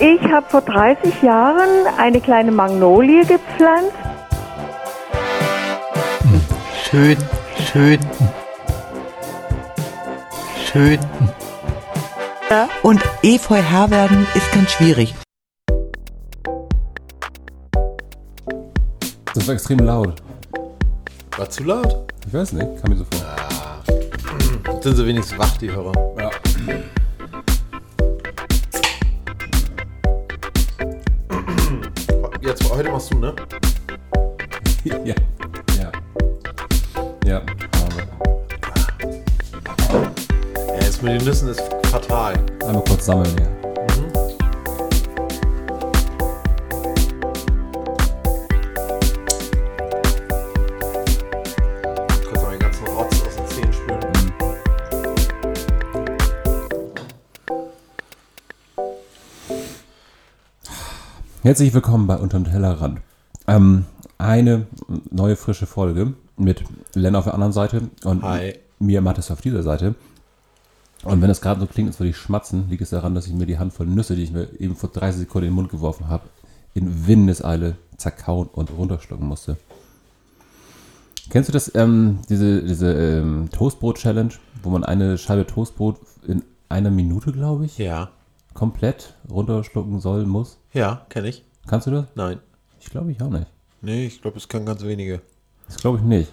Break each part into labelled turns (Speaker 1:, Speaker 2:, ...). Speaker 1: Ich habe vor 30 Jahren eine kleine Magnolie gepflanzt.
Speaker 2: Schön, schön. Schön. Und Efeu Herr werden ist ganz schwierig.
Speaker 3: Das war extrem laut.
Speaker 4: War zu laut?
Speaker 3: Ich weiß nicht, kam mir so vor.
Speaker 4: Sind sie wenigstens wach, die Hörer?
Speaker 3: Ja.
Speaker 4: Jetzt, heute machst du, ne?
Speaker 3: Ja. Ja. Ja. Aber
Speaker 4: Ja, jetzt mit den Nüssen ist fatal.
Speaker 3: einmal kurz sammeln hier.
Speaker 4: Du kannst auch den ganzen Rotz aus den Zähnen spüren.
Speaker 3: Herzlich willkommen bei Unterm Tellerrand. Ähm, eine neue frische Folge mit Len auf der anderen Seite und
Speaker 4: Hi.
Speaker 3: mir Mattes auf dieser Seite. Und wenn es gerade so klingt, als würde ich schmatzen, liegt es daran, dass ich mir die Handvoll Nüsse, die ich mir eben vor 30 Sekunden in den Mund geworfen habe, in Windeseile zerkauen und runterschlucken musste. Kennst du das, ähm, diese, diese ähm, Toastbrot-Challenge, wo man eine Scheibe Toastbrot in einer Minute, glaube ich,
Speaker 4: Ja.
Speaker 3: komplett runterschlucken soll, muss?
Speaker 4: Ja, kenne ich.
Speaker 3: Kannst du das?
Speaker 4: Nein.
Speaker 3: Ich glaube, ich auch nicht.
Speaker 4: Nee, ich glaube, es können ganz wenige.
Speaker 3: Das glaube ich nicht.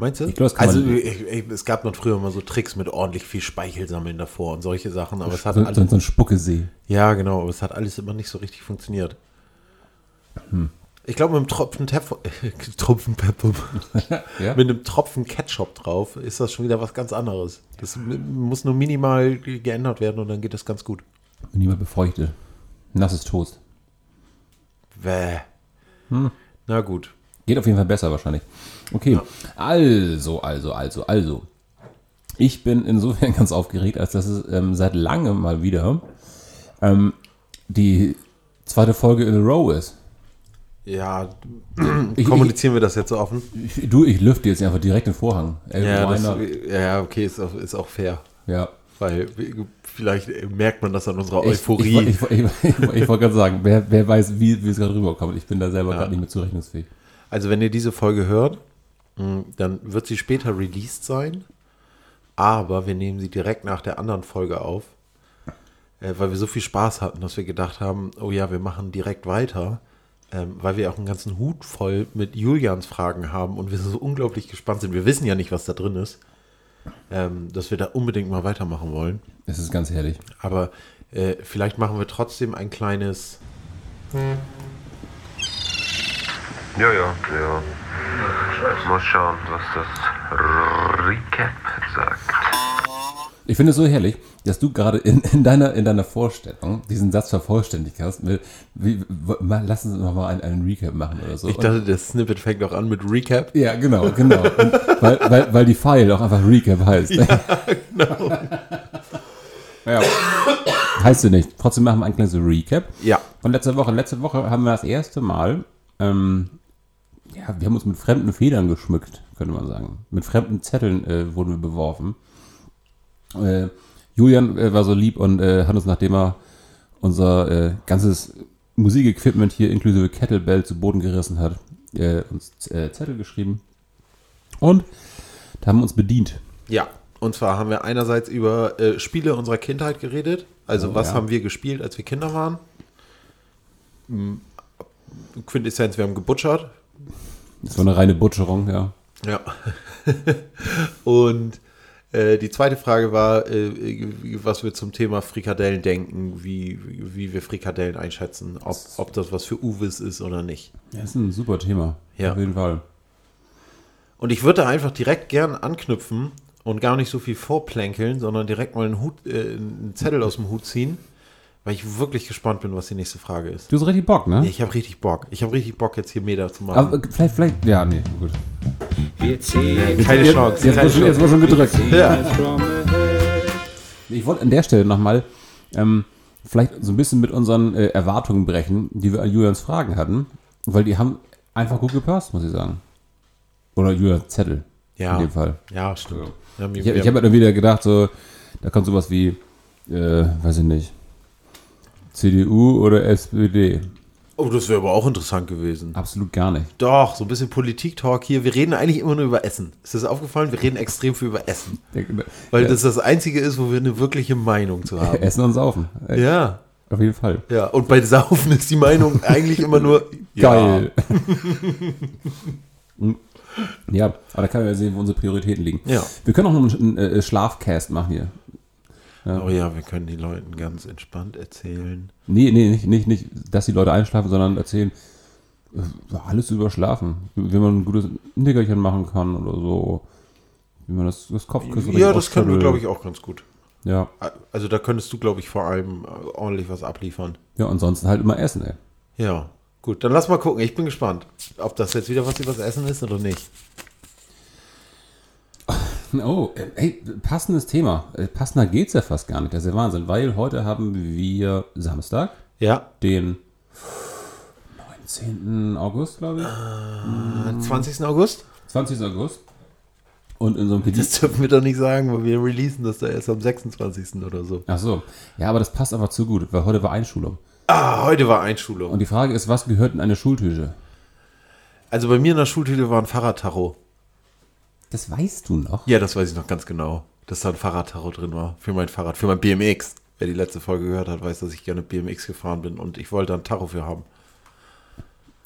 Speaker 4: Meinst du?
Speaker 3: Ich glaub, das kann
Speaker 4: also,
Speaker 3: man-
Speaker 4: ich, ich, es gab noch früher immer so Tricks mit ordentlich viel Speichel sammeln davor und solche Sachen, aber es hat
Speaker 3: So, so,
Speaker 4: alles,
Speaker 3: so ein Spuckesee.
Speaker 4: ja genau, aber es hat alles immer nicht so richtig funktioniert.
Speaker 3: Hm.
Speaker 4: Ich glaube, mit einem Tropfen, Tef Tropfen Pepper,
Speaker 3: Ja?
Speaker 4: mit einem Tropfen Ketchup drauf ist das schon wieder was ganz anderes. Das m- muss nur minimal geändert werden und dann geht das ganz gut.
Speaker 3: Niemand befeuchtet. Nasses Toast.
Speaker 4: Bäh.
Speaker 3: Hm.
Speaker 4: Na gut.
Speaker 3: Geht auf jeden Fall besser wahrscheinlich. Okay. Also, also, also, also. Ich bin insofern ganz aufgeregt, als dass es ähm, seit langem mal wieder ähm, die zweite Folge in a row ist.
Speaker 4: Ja,
Speaker 3: Ich,
Speaker 4: kommunizieren wir das jetzt so offen?
Speaker 3: ich, ich, du, ich lüfte jetzt einfach direkt den Vorhang. Ey,
Speaker 4: Ja, das,
Speaker 3: Weiner.
Speaker 4: ja okay, ist auch, ist auch fair.
Speaker 3: ja.
Speaker 4: Weil wir- vielleicht merkt man das an unserer
Speaker 3: Ich-
Speaker 4: Euphorie.
Speaker 3: Ich, ich, ich, ich, ich, wollte gerade sagen, wer, wer weiß, wie wie es gerade rüberkommt. Ich bin da selber gerade nicht mehr zurechnungsfähig.
Speaker 4: also wenn ihr diese Folge hört, mh, dann wird sie später released sein. Aber wir nehmen sie direkt nach der anderen Folge auf, äh, weil wir so viel Spaß hatten, dass wir gedacht haben, oh ja, wir machen direkt weiter. Ähm, weil wir auch einen ganzen Hut voll mit Julians Fragen haben und wir so unglaublich gespannt sind. Wir wissen ja nicht, was da drin ist, ähm, dass wir da unbedingt mal weitermachen wollen.
Speaker 3: Es ist ganz herrlich.
Speaker 4: Aber äh, vielleicht machen wir trotzdem ein kleines.
Speaker 5: Ja, ja, ja. Mal schauen, was das Recap sagt.
Speaker 3: Ich finde es so herrlich, dass du gerade in, in, deiner, in deiner Vorstellung diesen Satz vervollständigt hast. Mit, wie, w- mal, lass uns noch mal einen, einen Recap machen oder so.
Speaker 4: Ich dachte, das Snippet fängt auch an mit Recap.
Speaker 3: und, ja, genau, genau. Und weil, weil, weil die File auch einfach Recap heißt. Ja, genau. ja. Heißt sie nicht. Trotzdem machen wir ein kleines Recap.
Speaker 4: Ja.
Speaker 3: Von letzter Woche. Letzte Woche haben wir das erste Mal, ähm, ja, wir haben uns mit fremden Federn geschmückt, könnte man sagen. Mit fremden Zetteln äh, wurden wir beworfen. Äh, Julian äh, war so lieb und äh, hat uns, nachdem er unser äh, ganzes Musikequipment hier inklusive Kettlebell zu Boden gerissen hat, äh, uns äh, Zettel geschrieben. Und da haben wir uns bedient.
Speaker 4: Ja. Und zwar haben wir einerseits über äh, Spiele unserer Kindheit geredet. Also,
Speaker 3: Oh,
Speaker 4: was
Speaker 3: ja.
Speaker 4: haben wir gespielt, als wir Kinder waren? Hm, Quintessenz, wir haben gebutschert.
Speaker 3: Das war eine reine Butcherung, ja.
Speaker 4: Ja. Und äh, die zweite Frage war, äh, was wir zum Thema Frikadellen denken, wie, wie wir Frikadellen einschätzen, ob, ob das was für Uwes ist oder nicht.
Speaker 3: Das ist ein super Thema.
Speaker 4: Ja.
Speaker 3: Auf jeden Fall.
Speaker 4: Und ich würde da einfach direkt gern anknüpfen und gar nicht so viel vorplänkeln, sondern direkt mal einen, Hut, äh, einen Zettel aus dem Hut ziehen, weil ich wirklich gespannt bin, was die nächste Frage ist.
Speaker 3: Du hast richtig Bock, ne?
Speaker 4: Ich habe richtig Bock. Ich habe richtig Bock, jetzt hier Meter zu machen.
Speaker 3: Aber äh, vielleicht, vielleicht, ja, nee, gut.
Speaker 4: keine Chance.
Speaker 3: Jetzt war
Speaker 4: keine
Speaker 3: schon, jetzt
Speaker 4: Chance.
Speaker 3: war schon gedrückt.
Speaker 4: Ja.
Speaker 3: Ich wollte an der Stelle nochmal ähm, vielleicht so ein bisschen mit unseren äh, Erwartungen brechen, die wir an Julians Fragen hatten, weil die haben einfach gut gepasst, muss ich sagen. Oder Julians Zettel.
Speaker 4: Ja.
Speaker 3: In dem Fall.
Speaker 4: ja, stimmt. Ja, mir-
Speaker 3: Ich, hab- ich
Speaker 4: mir-
Speaker 3: habe halt dann wieder gedacht, so, da kommt sowas wie, äh, weiß ich nicht, CDU oder SPD?
Speaker 4: Oh, das wäre aber auch interessant gewesen.
Speaker 3: Absolut gar nicht.
Speaker 4: Doch, so ein bisschen Politik-Talk hier. Wir reden eigentlich immer nur über Essen. Ist das aufgefallen? Wir reden extrem viel über Essen. Weil das das Einzige ist, wo wir eine wirkliche Meinung zu haben.
Speaker 3: Essen und Saufen. Äh,
Speaker 4: Ja,
Speaker 3: Auf jeden Fall.
Speaker 4: ja. Und bei Saufen ist die Meinung eigentlich immer nur
Speaker 3: Geil. ja, aber da kann man ja sehen, wo unsere Prioritäten liegen.
Speaker 4: Ja.
Speaker 3: Wir können auch noch einen, einen äh, Schlafcast machen hier.
Speaker 4: Ja. Oh ja, wir können die Leuten ganz entspannt erzählen.
Speaker 3: Nee, nee, nicht, nicht, nicht, dass die Leute einschlafen, sondern erzählen, äh, alles über Schlafen. Wie man ein gutes Nickerchen machen kann oder so. Wie man das, das Kopfkissen
Speaker 4: Ja, das können wir, glaube ich, auch ganz gut.
Speaker 3: Ja.
Speaker 4: Also da könntest du, glaube ich, vor allem äh, ordentlich was abliefern.
Speaker 3: ja, ansonsten halt immer essen, ey.
Speaker 4: Ja, gut. Dann lass mal gucken. Ich bin gespannt, ob das jetzt wieder was übers Essen ist oder nicht.
Speaker 3: Oh, äh, ey, passendes Thema. Äh, Passender geht's ja fast gar nicht. Das ist ja Wahnsinn, weil heute haben wir Samstag,
Speaker 4: Ja,
Speaker 3: den 19. August, glaube ich.
Speaker 4: am 20. Äh, August?
Speaker 3: 20. August. Und in so einem Kredit.
Speaker 4: Das dürfen wir doch nicht sagen, weil wir releasen das da erst am 26. oder so.
Speaker 3: Ach so. Ja, aber das passt einfach zu gut, weil heute war Einschulung.
Speaker 4: Ah, heute war Einschulung.
Speaker 3: Und die Frage ist, was gehört in eine Schultüte?
Speaker 4: Also bei mir in der Schultüte war ein Fahrradtarot.
Speaker 3: Das weißt du noch.
Speaker 4: Ja, das weiß ich noch ganz genau, dass da ein Fahrradtarot drin war. Für mein Fahrrad, für mein BMX. Wer die letzte Folge gehört hat, weiß, dass ich gerne BMX gefahren bin und ich wollte da ein Tarot für haben.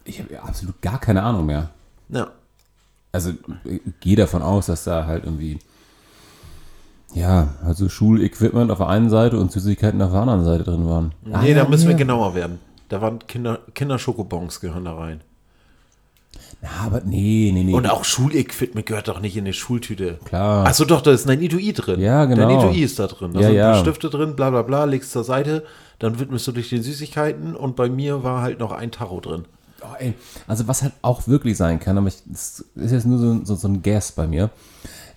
Speaker 3: Ich habe ja absolut gar keine Ahnung mehr.
Speaker 4: Ja.
Speaker 3: Also ich gehe davon aus, dass da halt irgendwie, ja, also Schulequipment auf der einen Seite und Süßigkeiten auf der anderen Seite drin waren. Ah,
Speaker 4: Nee,
Speaker 3: ja,
Speaker 4: da müssen wir
Speaker 3: ja.
Speaker 4: genauer werden. Da waren Kinder, Kinderschokobons gehören da rein.
Speaker 3: Na, aber nee, nee, nee.
Speaker 4: Und auch Schulequipment gehört doch nicht in die Schultüte.
Speaker 3: Klar.
Speaker 4: Achso, doch, da ist ein Etui drin.
Speaker 3: Ja, genau.
Speaker 4: Dein Etui ist da drin. Da
Speaker 3: Ja,
Speaker 4: sind ein paar
Speaker 3: ja.
Speaker 4: Stifte drin, bla bla bla, legst zur Seite, dann widmest du dich den Süßigkeiten und bei mir war halt noch ein Tarot drin.
Speaker 3: Oh, ey. Also was halt auch wirklich sein kann, aber ich, das ist jetzt nur so, so, so ein Guess bei mir.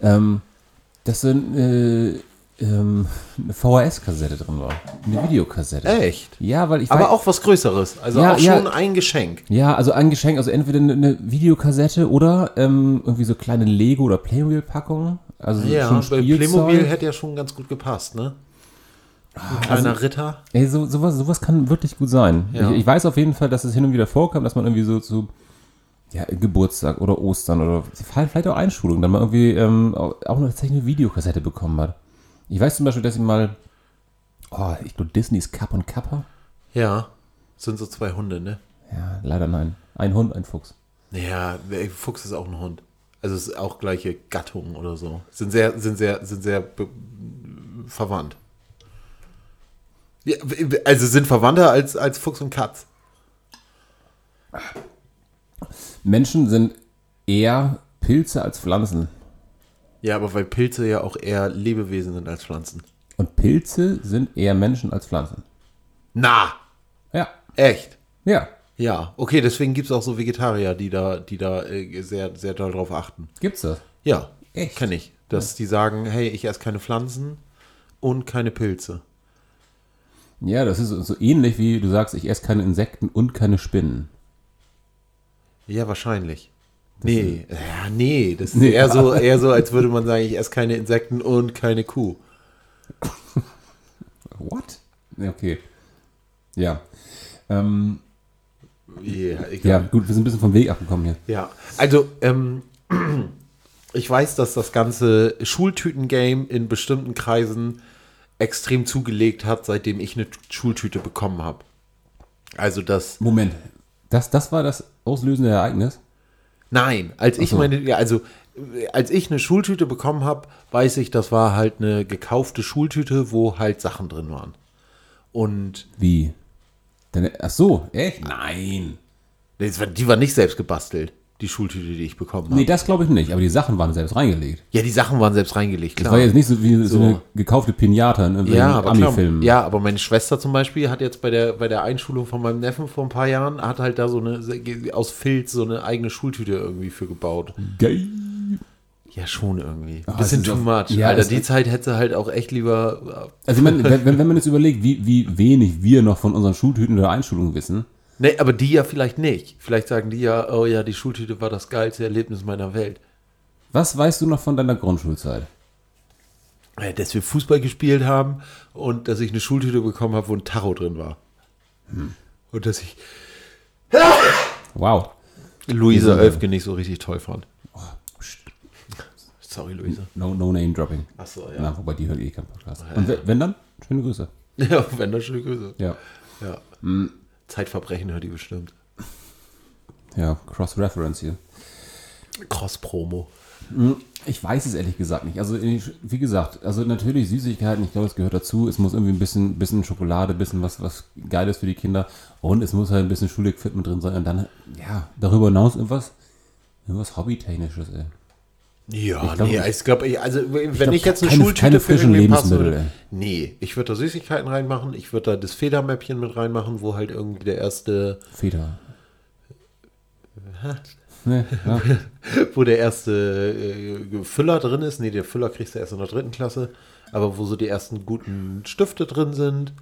Speaker 3: Ähm, dass so ein, äh, ähm, eine VHS-Kassette drin war. Eine Videokassette.
Speaker 4: Echt?
Speaker 3: Ja, weil ich
Speaker 4: Aber
Speaker 3: weiß-
Speaker 4: auch was Größeres. Also
Speaker 3: Ja,
Speaker 4: auch
Speaker 3: ja.
Speaker 4: schon ein Geschenk.
Speaker 3: Ja, also ein Geschenk, also entweder eine- eine Videokassette oder ähm, irgendwie so kleine Lego- oder Playmobil-Packungen. Also so
Speaker 4: Ja,
Speaker 3: schon
Speaker 4: bei
Speaker 3: Spielzeug.
Speaker 4: Playmobil hätte ja schon ganz gut gepasst, ne? Ein kleiner Ritter.
Speaker 3: Ey, so, sowas, sowas kann wirklich gut sein.
Speaker 4: Ja.
Speaker 3: Ich, ich weiß auf jeden Fall, dass es hin und wieder vorkam, dass man irgendwie so zu ja, Geburtstag oder Ostern oder vielleicht auch Einschulung dann mal irgendwie ähm, auch auch noch tatsächlich eine Videokassette bekommen hat. Ich weiß zum Beispiel, dass ich mal, oh, ich glaube Disneys Cup und Kappa.
Speaker 4: Ja, sind so zwei Hunde, ne?
Speaker 3: Ja, leider nein. Ein Hund, ein Fuchs.
Speaker 4: Ja, der Fuchs ist auch ein Hund. Also es ist auch gleiche Gattung oder so. Sind sehr, sind sehr, sind sehr be- verwandt. Ja, also sind verwandter als, als Fuchs und Katz.
Speaker 3: Menschen sind eher Pilze als Pflanzen.
Speaker 4: Ja, aber weil Pilze ja auch eher Lebewesen sind als Pflanzen.
Speaker 3: Und Pilze sind eher Menschen als Pflanzen.
Speaker 4: Na,
Speaker 3: Ja,
Speaker 4: echt.
Speaker 3: ja,
Speaker 4: Ja, okay, deswegen gibt es auch so Vegetarier, die da, die da äh, sehr, sehr doll drauf achten.
Speaker 3: gibt's das.
Speaker 4: Ja,
Speaker 3: Echt?
Speaker 4: kenne ich. Dass die sagen, hey, ich esse keine Pflanzen und keine Pilze.
Speaker 3: Ja, das ist so ähnlich wie du sagst, ich esse keine Insekten und keine Spinnen.
Speaker 4: Ja, wahrscheinlich. Nee, ja, nee, das ist
Speaker 3: Nee,
Speaker 4: eher, so, eher so, als würde man sagen, ich esse keine Insekten und keine Kuh.
Speaker 3: What? Ja, Okay. Ja. Ähm,
Speaker 4: Ja, egal.
Speaker 3: ja, gut, wir sind ein bisschen vom Weg abgekommen hier.
Speaker 4: Ja, also ähm, ich weiß, dass das ganze Schultüten-Game in bestimmten Kreisen extrem zugelegt hat, seitdem ich eine Schultüte bekommen habe. Also das,
Speaker 3: Moment. Das, das war das auslösende Ereignis?
Speaker 4: nein, als ich
Speaker 3: so.
Speaker 4: meine, ja, also äh, als ich eine Schultüte bekommen habe, weiß ich, das war halt eine gekaufte Schultüte, wo halt Sachen drin waren. Und
Speaker 3: Wie? Deine, ach so, echt? Nein.
Speaker 4: Nee, das war- Die war nicht selbst gebastelt, die Schultüte, die ich bekommen habe.
Speaker 3: Nee, das glaube ich nicht, aber die Sachen waren selbst reingelegt.
Speaker 4: ja, die Sachen waren selbst reingelegt,
Speaker 3: Das
Speaker 4: klar.
Speaker 3: war jetzt nicht so wie so,
Speaker 4: So.
Speaker 3: eine gekaufte Pinata in irgendwelchen
Speaker 4: ja, aber klar,
Speaker 3: Ami-Filmen.
Speaker 4: ja, aber meine Schwester zum Beispiel hat jetzt bei der, bei der Einschulung von meinem Neffen vor ein paar Jahren, hat halt da so eine, aus Filz so eine eigene Schultüte irgendwie für gebaut.
Speaker 3: Geil.
Speaker 4: Ja, schon irgendwie.
Speaker 3: Mhm. Ah,
Speaker 4: Bisschen
Speaker 3: es ist
Speaker 4: too
Speaker 3: auch-
Speaker 4: much.
Speaker 3: ja,
Speaker 4: Alter,
Speaker 3: es-
Speaker 4: die Zeit hätte sie halt auch echt lieber. äh,
Speaker 3: Also ich meine, wenn, wenn wenn man jetzt überlegt, wie, wie wenig wir noch von unseren Schultüten oder Einschulungen wissen,
Speaker 4: Nee, aber die ja vielleicht nicht. Vielleicht sagen die ja, oh ja, die Schultüte war das geilste Erlebnis meiner Welt.
Speaker 3: was weißt du noch von deiner Grundschulzeit?
Speaker 4: Äh, Dass wir Fußball gespielt haben und dass ich eine Schultüte bekommen habe, wo ein Tarot drin war. Und dass ich
Speaker 3: Wow.
Speaker 4: Luisa Oelfke nicht so richtig toll fand.
Speaker 3: Psst.
Speaker 4: Sorry, Luisa.
Speaker 3: No, no name dropping.
Speaker 4: Achso,
Speaker 3: Na, wobei die hört eh keinen Podcast. Und we- wenn dann, schöne Grüße.
Speaker 4: Ja, wenn dann schöne Grüße.
Speaker 3: Ja.
Speaker 4: Ja. Zeitverbrechen hört die bestimmt.
Speaker 3: Ja, Cross-Reference hier.
Speaker 4: Cross-Promo.
Speaker 3: Ich weiß es ehrlich gesagt nicht. Also, ich- wie gesagt, also natürlich Süßigkeiten, ich glaube, es gehört dazu. Es muss irgendwie ein bisschen, bisschen Schokolade, bisschen was, was Geiles für die Kinder. Und es muss halt ein bisschen Schulig-Fit mit drin sein. Und dann, ja, darüber hinaus irgendwas, irgendwas Hobbytechnisches, ey.
Speaker 4: Ja,
Speaker 3: glaub,
Speaker 4: nee,
Speaker 3: ich-
Speaker 4: ich glaube, ich, also wenn ich jetzt eine
Speaker 3: keine-
Speaker 4: Schultüte
Speaker 3: keine
Speaker 4: für
Speaker 3: frischen
Speaker 4: irgendwie passen
Speaker 3: Lebensmittel,
Speaker 4: würde, nee, ich würde da Süßigkeiten reinmachen, ich würde da das Federmäppchen mit reinmachen, wo halt irgendwie der erste,
Speaker 3: Feder. Nee, ja.
Speaker 4: wo der erste äh, Füller drin ist, nee, der Füller kriegst du erst in der dritten Klasse, aber wo so die ersten guten Stifte drin sind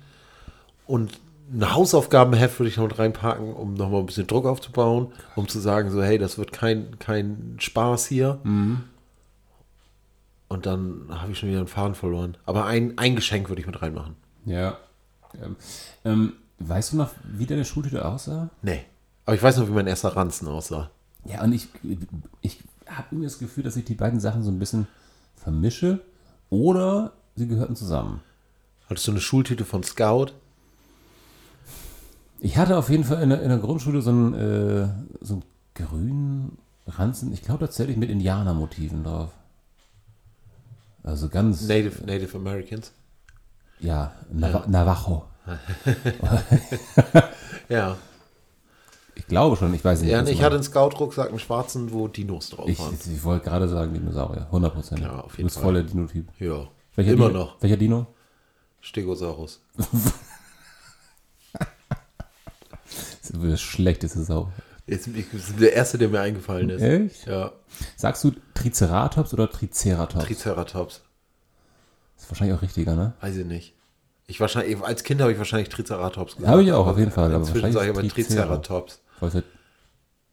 Speaker 4: und ein Hausaufgabenheft würde ich noch mit reinpacken, um nochmal ein bisschen Druck aufzubauen, um zu sagen so, hey, das wird kein, kein Spaß hier. Und dann habe ich schon wieder einen Faden verloren. Aber ein, ein Geschenk würde ich mit reinmachen.
Speaker 3: ja. Ähm, ähm, weißt du noch, wie deine Schultüte aussah?
Speaker 4: Nee. Aber ich weiß noch, wie mein erster Ranzen aussah.
Speaker 3: Ja, und ich, ich habe irgendwie das Gefühl, dass ich die beiden Sachen so ein bisschen vermische oder sie gehörten zusammen.
Speaker 4: Hattest du eine Schultüte von Scout?
Speaker 3: Ich hatte auf jeden Fall in der, in der Grundschule so einen, äh, so einen grünen Ranzen, ich glaube tatsächlich mit Indianermotiven drauf. Also ganz,
Speaker 4: Native, Native Americans?
Speaker 3: ja, Nav Navajo.
Speaker 4: Ja.
Speaker 3: Ich glaube schon, ich weiß nicht.
Speaker 4: Ja,
Speaker 3: was
Speaker 4: nee, ich
Speaker 3: man-
Speaker 4: hatte einen Scout-Rucksack, einen schwarzen, wo Dinos drauf
Speaker 3: ich,
Speaker 4: waren.
Speaker 3: ich wollte gerade sagen Dinosaurier, 100 Prozent.
Speaker 4: Ja, auf
Speaker 3: du
Speaker 4: jeden
Speaker 3: bist
Speaker 4: Fall.
Speaker 3: voll der Dino-Typ.
Speaker 4: Ja.
Speaker 3: Welcher
Speaker 4: Immer
Speaker 3: Dino,
Speaker 4: noch.
Speaker 3: Welcher Dino?
Speaker 4: Stegosaurus.
Speaker 3: Das ist das schlechteste Sau.
Speaker 4: Jetzt, ich, das ist der erste, der mir eingefallen ist.
Speaker 3: Echt?
Speaker 4: Ja.
Speaker 3: Sagst du Triceratops oder Triceratops?
Speaker 4: Triceratops.
Speaker 3: ist wahrscheinlich auch richtiger, ne?
Speaker 4: Weiß ich nicht. Ich wahrscheinlich, als Kind habe ich wahrscheinlich Triceratops gesagt.
Speaker 3: Habe ich auch, auf jeden Fall. Aber
Speaker 4: Inzwischen
Speaker 3: wahrscheinlich
Speaker 4: sage ich aber
Speaker 3: ist Tricera.
Speaker 4: Triceratops.
Speaker 3: Weil es halt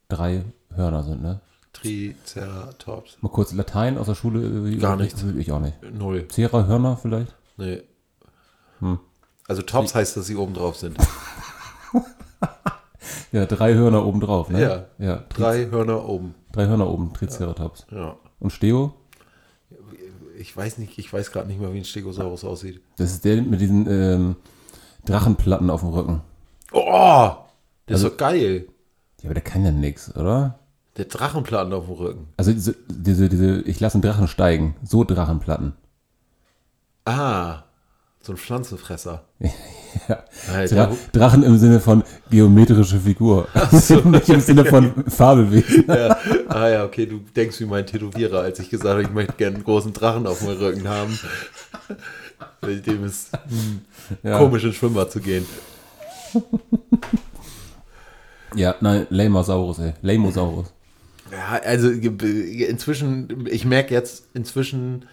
Speaker 3: drei Hörner sind, ne?
Speaker 4: Triceratops.
Speaker 3: Mal kurz Latein aus der Schule. äh,
Speaker 4: Gar
Speaker 3: ich-
Speaker 4: nichts.
Speaker 3: Ich auch nicht.
Speaker 4: Null.
Speaker 3: Zera Hörner vielleicht?
Speaker 4: Nee.
Speaker 3: Hm.
Speaker 4: Also Tops heißt, dass sie oben drauf sind.
Speaker 3: Ja, drei Hörner oben drauf, ne?
Speaker 4: Ja.
Speaker 3: ja Tri-
Speaker 4: Drei Hörner oben.
Speaker 3: drei Hörner oben, Triceratops.
Speaker 4: Ja.
Speaker 3: Und Steo?
Speaker 4: Ich weiß nicht, ich weiß gerade nicht mal, wie ein Stegosaurus aussieht.
Speaker 3: Das ist der mit diesen ähm, Drachenplatten auf dem Rücken.
Speaker 4: Oh! Das
Speaker 3: Also
Speaker 4: ist doch geil.
Speaker 3: Ja, aber der kann ja nix, oder?
Speaker 4: Der Drachenplatten auf dem Rücken.
Speaker 3: Also diese, diese, diese ich lasse einen Drachen steigen. So Drachenplatten.
Speaker 4: Ah, so ein Pflanzenfresser.
Speaker 3: Ja.
Speaker 4: Alter.
Speaker 3: Dra Drachen im Sinne von geometrische Figur. Nicht im Sinne von Fabelwesen.
Speaker 4: Ah ja, okay, du denkst wie mein Tätowierer, als ich gesagt habe, ich möchte gerne einen großen Drachen auf meinem Rücken haben. Weil Dem ist
Speaker 3: Ja.
Speaker 4: komisch, ins Schwimmbad zu gehen.
Speaker 3: Ja, nein, Lamosaurus, ey. Lamosaurus.
Speaker 4: Ja, also ge- inzwischen, ich merke jetzt inzwischen,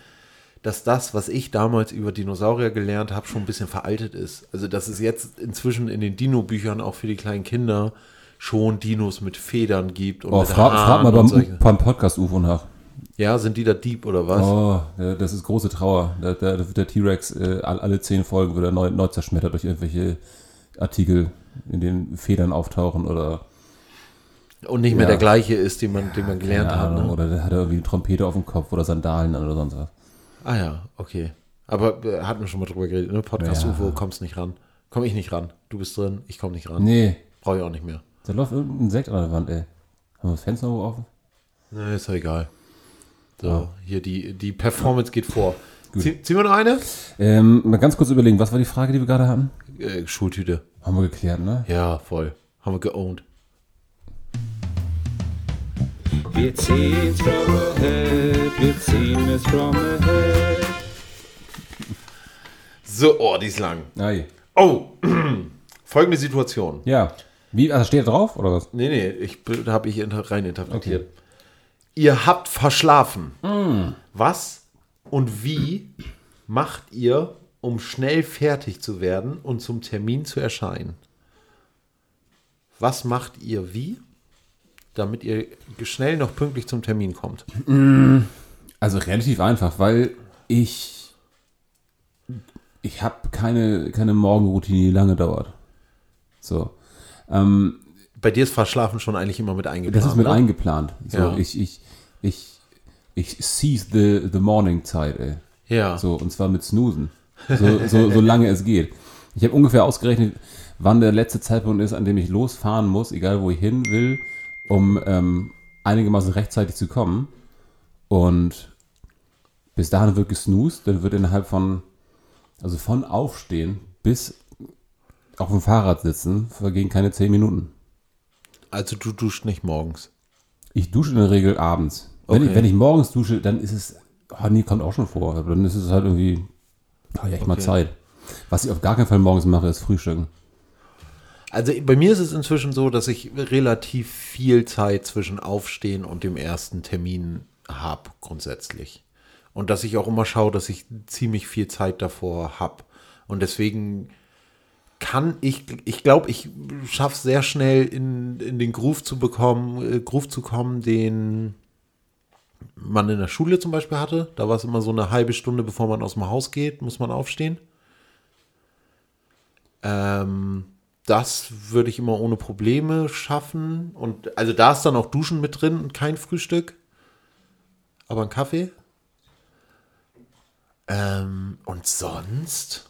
Speaker 4: dass das, was ich damals über Dinosaurier gelernt habe, schon ein bisschen veraltet ist. Also, dass es jetzt inzwischen in den Dino-Büchern auch für die kleinen Kinder schon Dinos mit Federn gibt. Und
Speaker 3: Oh,
Speaker 4: mit
Speaker 3: frag, frag
Speaker 4: Haaren
Speaker 3: mal
Speaker 4: und
Speaker 3: beim,
Speaker 4: solche-
Speaker 3: beim Podcast UFO nach.
Speaker 4: Ja, sind die da Dieb oder was?
Speaker 3: Oh, äh, das ist große Trauer. Da, da, da wird der T-Rex äh, all- alle zehn Folgen wird er neu, neu zerschmettert durch irgendwelche Artikel, in denen Federn auftauchen oder,
Speaker 4: Und nicht mehr
Speaker 3: Oh. Ja. genau.
Speaker 4: der gleiche ist, den man, den man gelernt
Speaker 3: keine
Speaker 4: hat.
Speaker 3: Ahnung,
Speaker 4: Ne?
Speaker 3: oder da hat er irgendwie eine Trompete auf dem Kopf oder Sandalen an oder sonst was.
Speaker 4: Ah ja, okay. Aber äh, hatten wir schon mal drüber geredet, ne? Podcast
Speaker 3: Ja.
Speaker 4: UFO, kommst nicht ran. Komm ich nicht ran. Du bist drin, ich komm nicht ran.
Speaker 3: Nee,
Speaker 4: Brauch ich auch nicht mehr.
Speaker 3: da läuft irgendein Insekt an der Wand, ey. Haben wir das Fenster irgendwo offen?
Speaker 4: Nee, ist ja egal. So, hier, die, die Performance geht vor.
Speaker 3: Gut.
Speaker 4: Zieh, ziehen wir noch eine?
Speaker 3: Ähm, mal ganz kurz überlegen, was war die Frage, die wir gerade hatten?
Speaker 4: Äh, Schultüte.
Speaker 3: Haben wir geklärt, ne?
Speaker 4: Ja, voll. Haben wir geowned.
Speaker 6: Wir ziehen's from ahead, wir ziehen es from ahead.
Speaker 4: So, oh, die ist lang.
Speaker 3: Ei.
Speaker 4: Oh, folgende Situation.
Speaker 3: Ja. Wie, also steht er drauf oder was?
Speaker 4: Nee, nee, ich habe ich inter- rein interpretiert. Ihr habt verschlafen.
Speaker 3: Mm.
Speaker 4: Was und wie macht ihr, um schnell fertig zu werden und zum Termin zu erscheinen? Was macht ihr wie, damit ihr schnell noch pünktlich zum Termin kommt?
Speaker 3: Also relativ einfach, weil ich ich habe keine keine Morgenroutine, die lange dauert. So. Ähm,
Speaker 4: Bei dir ist Verschlafen schon eigentlich immer mit eingeplant.
Speaker 3: Das ist mit
Speaker 4: oder?
Speaker 3: eingeplant. So,
Speaker 4: Ja.
Speaker 3: ich, ich, ich, ich seize the, the morning Zeit, ey.
Speaker 4: Ja.
Speaker 3: So, und zwar mit Snoosen. So, so, solange es geht. Ich habe ungefähr ausgerechnet, wann der letzte Zeitpunkt ist, an dem ich losfahren muss, egal wo ich hin will, um ähm, einigermaßen rechtzeitig zu kommen. Und bis dahin wird gesnoost, dann wird innerhalb von, also von Aufstehen bis auf dem Fahrrad sitzen, vergehen keine zehn Minuten.
Speaker 4: Also du duschst nicht morgens.
Speaker 3: Ich dusche in der Regel abends. Wenn,
Speaker 4: Okay.
Speaker 3: ich, wenn ich morgens dusche, dann ist es, oh nee, kommt auch schon vor. Aber Dann ist es halt irgendwie, oh, ja, echt mal
Speaker 4: Okay.
Speaker 3: Zeit. Was ich auf gar keinen Fall morgens mache, ist Frühstücken.
Speaker 4: Also bei mir ist es inzwischen so, dass ich relativ viel Zeit zwischen Aufstehen und dem ersten Termin habe, grundsätzlich. Und dass ich auch immer schaue, dass ich ziemlich viel Zeit davor habe. Und deswegen kann ich, ich glaube, ich schaffe es sehr schnell in, in den Groove zu bekommen, äh, Groove zu kommen, den man in der Schule zum Beispiel hatte. Da war es immer so eine halbe Stunde, bevor man aus dem Haus geht, muss man aufstehen. Ähm, das würde ich immer ohne Probleme schaffen. Und also da ist dann auch Duschen mit drin und kein Frühstück. Aber ein Kaffee. Ähm, und sonst?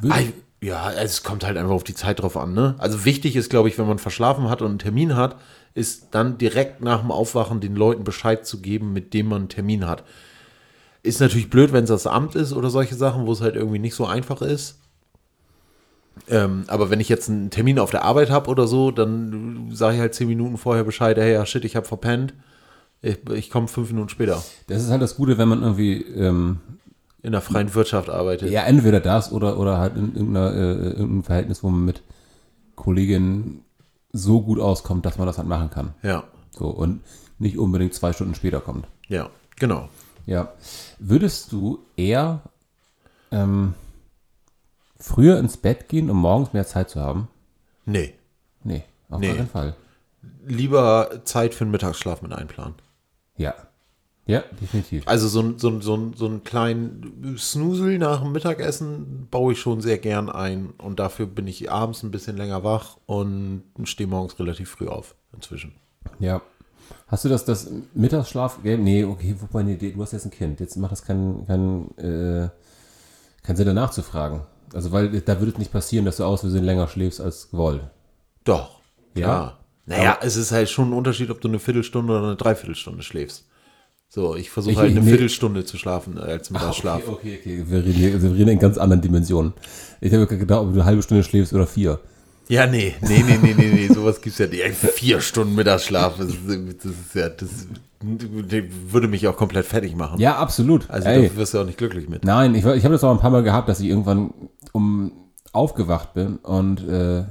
Speaker 3: Würde-
Speaker 4: Ah, ja, es kommt halt einfach auf die Zeit drauf an, ne? Also wichtig ist, glaube ich, wenn man verschlafen hat und einen Termin hat, ist dann direkt nach dem Aufwachen den Leuten Bescheid zu geben, mit dem man einen Termin hat. Ist natürlich blöd, wenn es das Amt ist oder solche Sachen, wo es halt irgendwie nicht so einfach ist. Ähm, aber wenn ich jetzt einen Termin auf der Arbeit habe oder so, dann sage ich halt zehn Minuten vorher Bescheid, hey, ja, shit, ich habe verpennt. Ich, ich komme fünf Minuten später.
Speaker 3: Das ist halt das Gute, wenn man irgendwie, ähm,
Speaker 4: In der freien Wirtschaft arbeitet.
Speaker 3: ja, entweder das oder, oder halt in irgendeiner, äh, irgendeinem Verhältnis, wo man mit Kolleginnen so gut auskommt, dass man das halt machen kann.
Speaker 4: Ja,
Speaker 3: So, und nicht unbedingt zwei Stunden später kommt.
Speaker 4: ja, genau.
Speaker 3: Ja. Würdest du eher ähm, früher ins Bett gehen, um morgens mehr Zeit zu haben?
Speaker 4: Nee.
Speaker 3: Nee, auf
Speaker 4: Nee.
Speaker 3: keinen Fall.
Speaker 4: Lieber Zeit für den Mittagsschlaf mit einplanen.
Speaker 3: Ja. Ja, definitiv.
Speaker 4: Also so, ein- so, ein- so, ein- so einen kleinen Snusel nach dem Mittagessen baue ich schon sehr gern ein. Und dafür bin ich abends ein bisschen länger wach und stehe morgens relativ früh auf inzwischen.
Speaker 3: Ja. Hast du das, das Mittagsschlaf? ja, Nee, okay, wobei, nee, du hast jetzt ein Kind. Jetzt macht das keinen keinen äh, keinen Sinn, danach zu fragen. Also, weil da würde es nicht passieren, dass du aus Versehen länger schläfst als gewollt.
Speaker 4: Doch.
Speaker 3: Ja?
Speaker 4: Ja. Naja, es ist halt schon ein Unterschied, ob du eine Viertelstunde oder eine Dreiviertelstunde schläfst. So, ich versuche
Speaker 3: Ich-
Speaker 4: halt
Speaker 3: ich-
Speaker 4: eine
Speaker 3: nee. Ah,
Speaker 4: Viertelstunde zu schlafen äh, als Mittagsschlaf.
Speaker 3: Okay, okay, okay. Wir reden, hier, also wir reden in ganz anderen Dimensionen. Ich habe gedacht, ob du eine halbe Stunde schläfst oder vier.
Speaker 4: Ja, nee, nee, nee, nee, nee, nee, sowas gibt's ja nicht. Ey, Vier Stunden Mittagsschlaf, das ist, das ist ja, das würde mich auch komplett fertig machen.
Speaker 3: Ja, absolut.
Speaker 4: Also
Speaker 3: Ey.
Speaker 4: da wirst du auch nicht glücklich mit.
Speaker 3: Nein, ich, war- ich habe das auch ein paar Mal gehabt, dass ich irgendwann um aufgewacht bin und äh,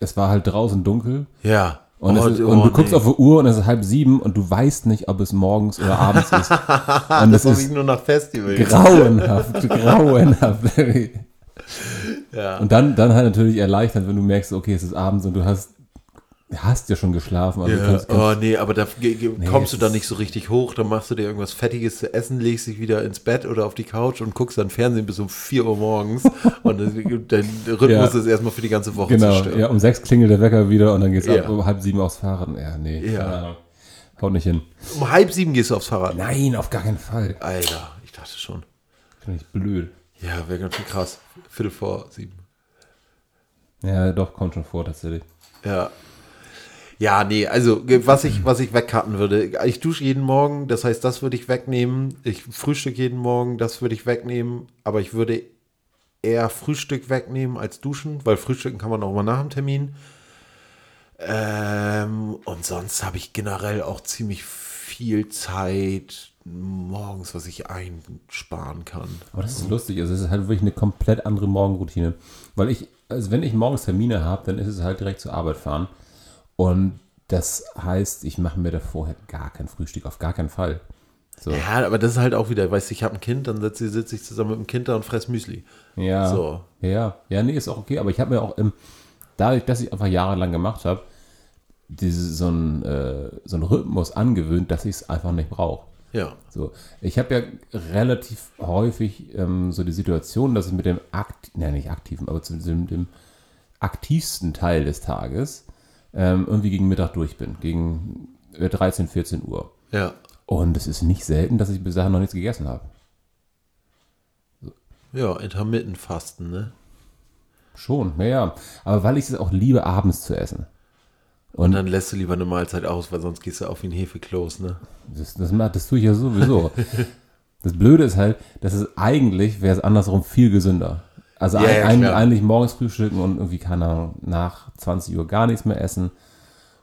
Speaker 3: es war halt draußen dunkel.
Speaker 4: Ja. Oh,
Speaker 3: Und, es ist, und du guckst auf die Uhr und es ist halb sieben und du weißt nicht, ob es morgens oder abends ist. Und
Speaker 4: das
Speaker 3: das
Speaker 4: habe ich
Speaker 3: ist
Speaker 4: nur nach Festival.
Speaker 3: grauenhaft, grauenhaft.
Speaker 4: Ja.
Speaker 3: Und dann, dann halt natürlich erleichtert, wenn du merkst, okay, es ist abends und du hast, hast ja schon geschlafen. Also
Speaker 4: Ja.
Speaker 3: kannst, kannst,
Speaker 4: oh nee, aber da ge- ge- kommst du
Speaker 3: es
Speaker 4: dann
Speaker 3: ist-
Speaker 4: nicht so richtig hoch, dann machst du dir irgendwas Fettiges zu essen, legst dich wieder ins Bett oder auf die Couch und guckst dann Fernsehen bis um 4 Uhr morgens und dann- dein Rhythmus
Speaker 3: Ja.
Speaker 4: ist erstmal für die ganze Woche
Speaker 3: Genau,
Speaker 4: zerstören.
Speaker 3: ja, um sechs klingelt der Wecker wieder und dann geht's
Speaker 4: Ja.
Speaker 3: ab um halb sieben aufs Fahren. Ja, nee,
Speaker 4: Ja.
Speaker 3: keine Ahnung. Haut nicht hin.
Speaker 4: Um halb sieben gehst du aufs Fahrrad.
Speaker 3: Nein, auf gar keinen Fall.
Speaker 4: Alter, ich dachte schon.
Speaker 3: Finde ich blöd.
Speaker 4: Ja, wäre ganz schön krass. Viertel vor sieben.
Speaker 3: Ja, doch, kommt schon vor tatsächlich.
Speaker 4: Ja. Ja, nee, also ge- was ich, was ich wegkarten würde, ich dusche jeden Morgen, das heißt, das würde ich wegnehmen. Ich frühstück jeden Morgen, das würde ich wegnehmen. Aber ich würde eher Frühstück wegnehmen als duschen, weil frühstücken kann man auch mal nach dem Termin. Ähm, und sonst habe ich generell auch ziemlich viel Zeit morgens, was ich einsparen kann.
Speaker 3: Aber das ist lustig. Also, es ist halt wirklich eine komplett andere Morgenroutine. Weil ich, also, wenn ich morgens Termine habe, dann ist es halt direkt zur Arbeit fahren. Und das heißt, ich mache mir da vorher gar kein Frühstück, auf gar keinen Fall. So.
Speaker 4: Ja, aber das ist halt auch wieder, weißt du, ich habe ein Kind, dann sitze sitz ich zusammen mit dem Kind da und fress Müsli.
Speaker 3: Ja.
Speaker 4: So.
Speaker 3: Ja, ja, nee, ist auch okay. Aber ich habe mir auch, ähm, dadurch, dass ich einfach jahrelang gemacht habe, diese, so, einen, äh, so einen Rhythmus angewöhnt, dass ich es einfach nicht brauche.
Speaker 4: Ja.
Speaker 3: So, ich habe ja relativ häufig ähm, so die Situation, dass ich mit dem akt, nein, nicht aktiven, aber zu dem, dem aktivsten Teil des Tages ähm, irgendwie gegen Mittag durch bin, gegen äh, 13, 14 Uhr.
Speaker 4: Ja.
Speaker 3: Und es ist nicht selten, dass ich bis dahin noch nichts gegessen habe.
Speaker 4: Ja, intermittent fasten, ne?
Speaker 3: Schon, naja. Aber weil ich es auch liebe, abends zu essen.
Speaker 4: Und dann lässt du lieber eine Mahlzeit aus, weil sonst gehst du auf wie ein Hefekloß, ne?
Speaker 3: Das, das, macht- das tue ich ja sowieso. das Blöde ist halt, dass es eigentlich, wäre es andersrum viel gesünder. Also
Speaker 4: Ja,
Speaker 3: ein,
Speaker 4: ja,
Speaker 3: ein,
Speaker 4: klar.
Speaker 3: eigentlich morgens frühstücken und irgendwie, keine Ahnung, nach 20 Uhr gar nichts mehr essen.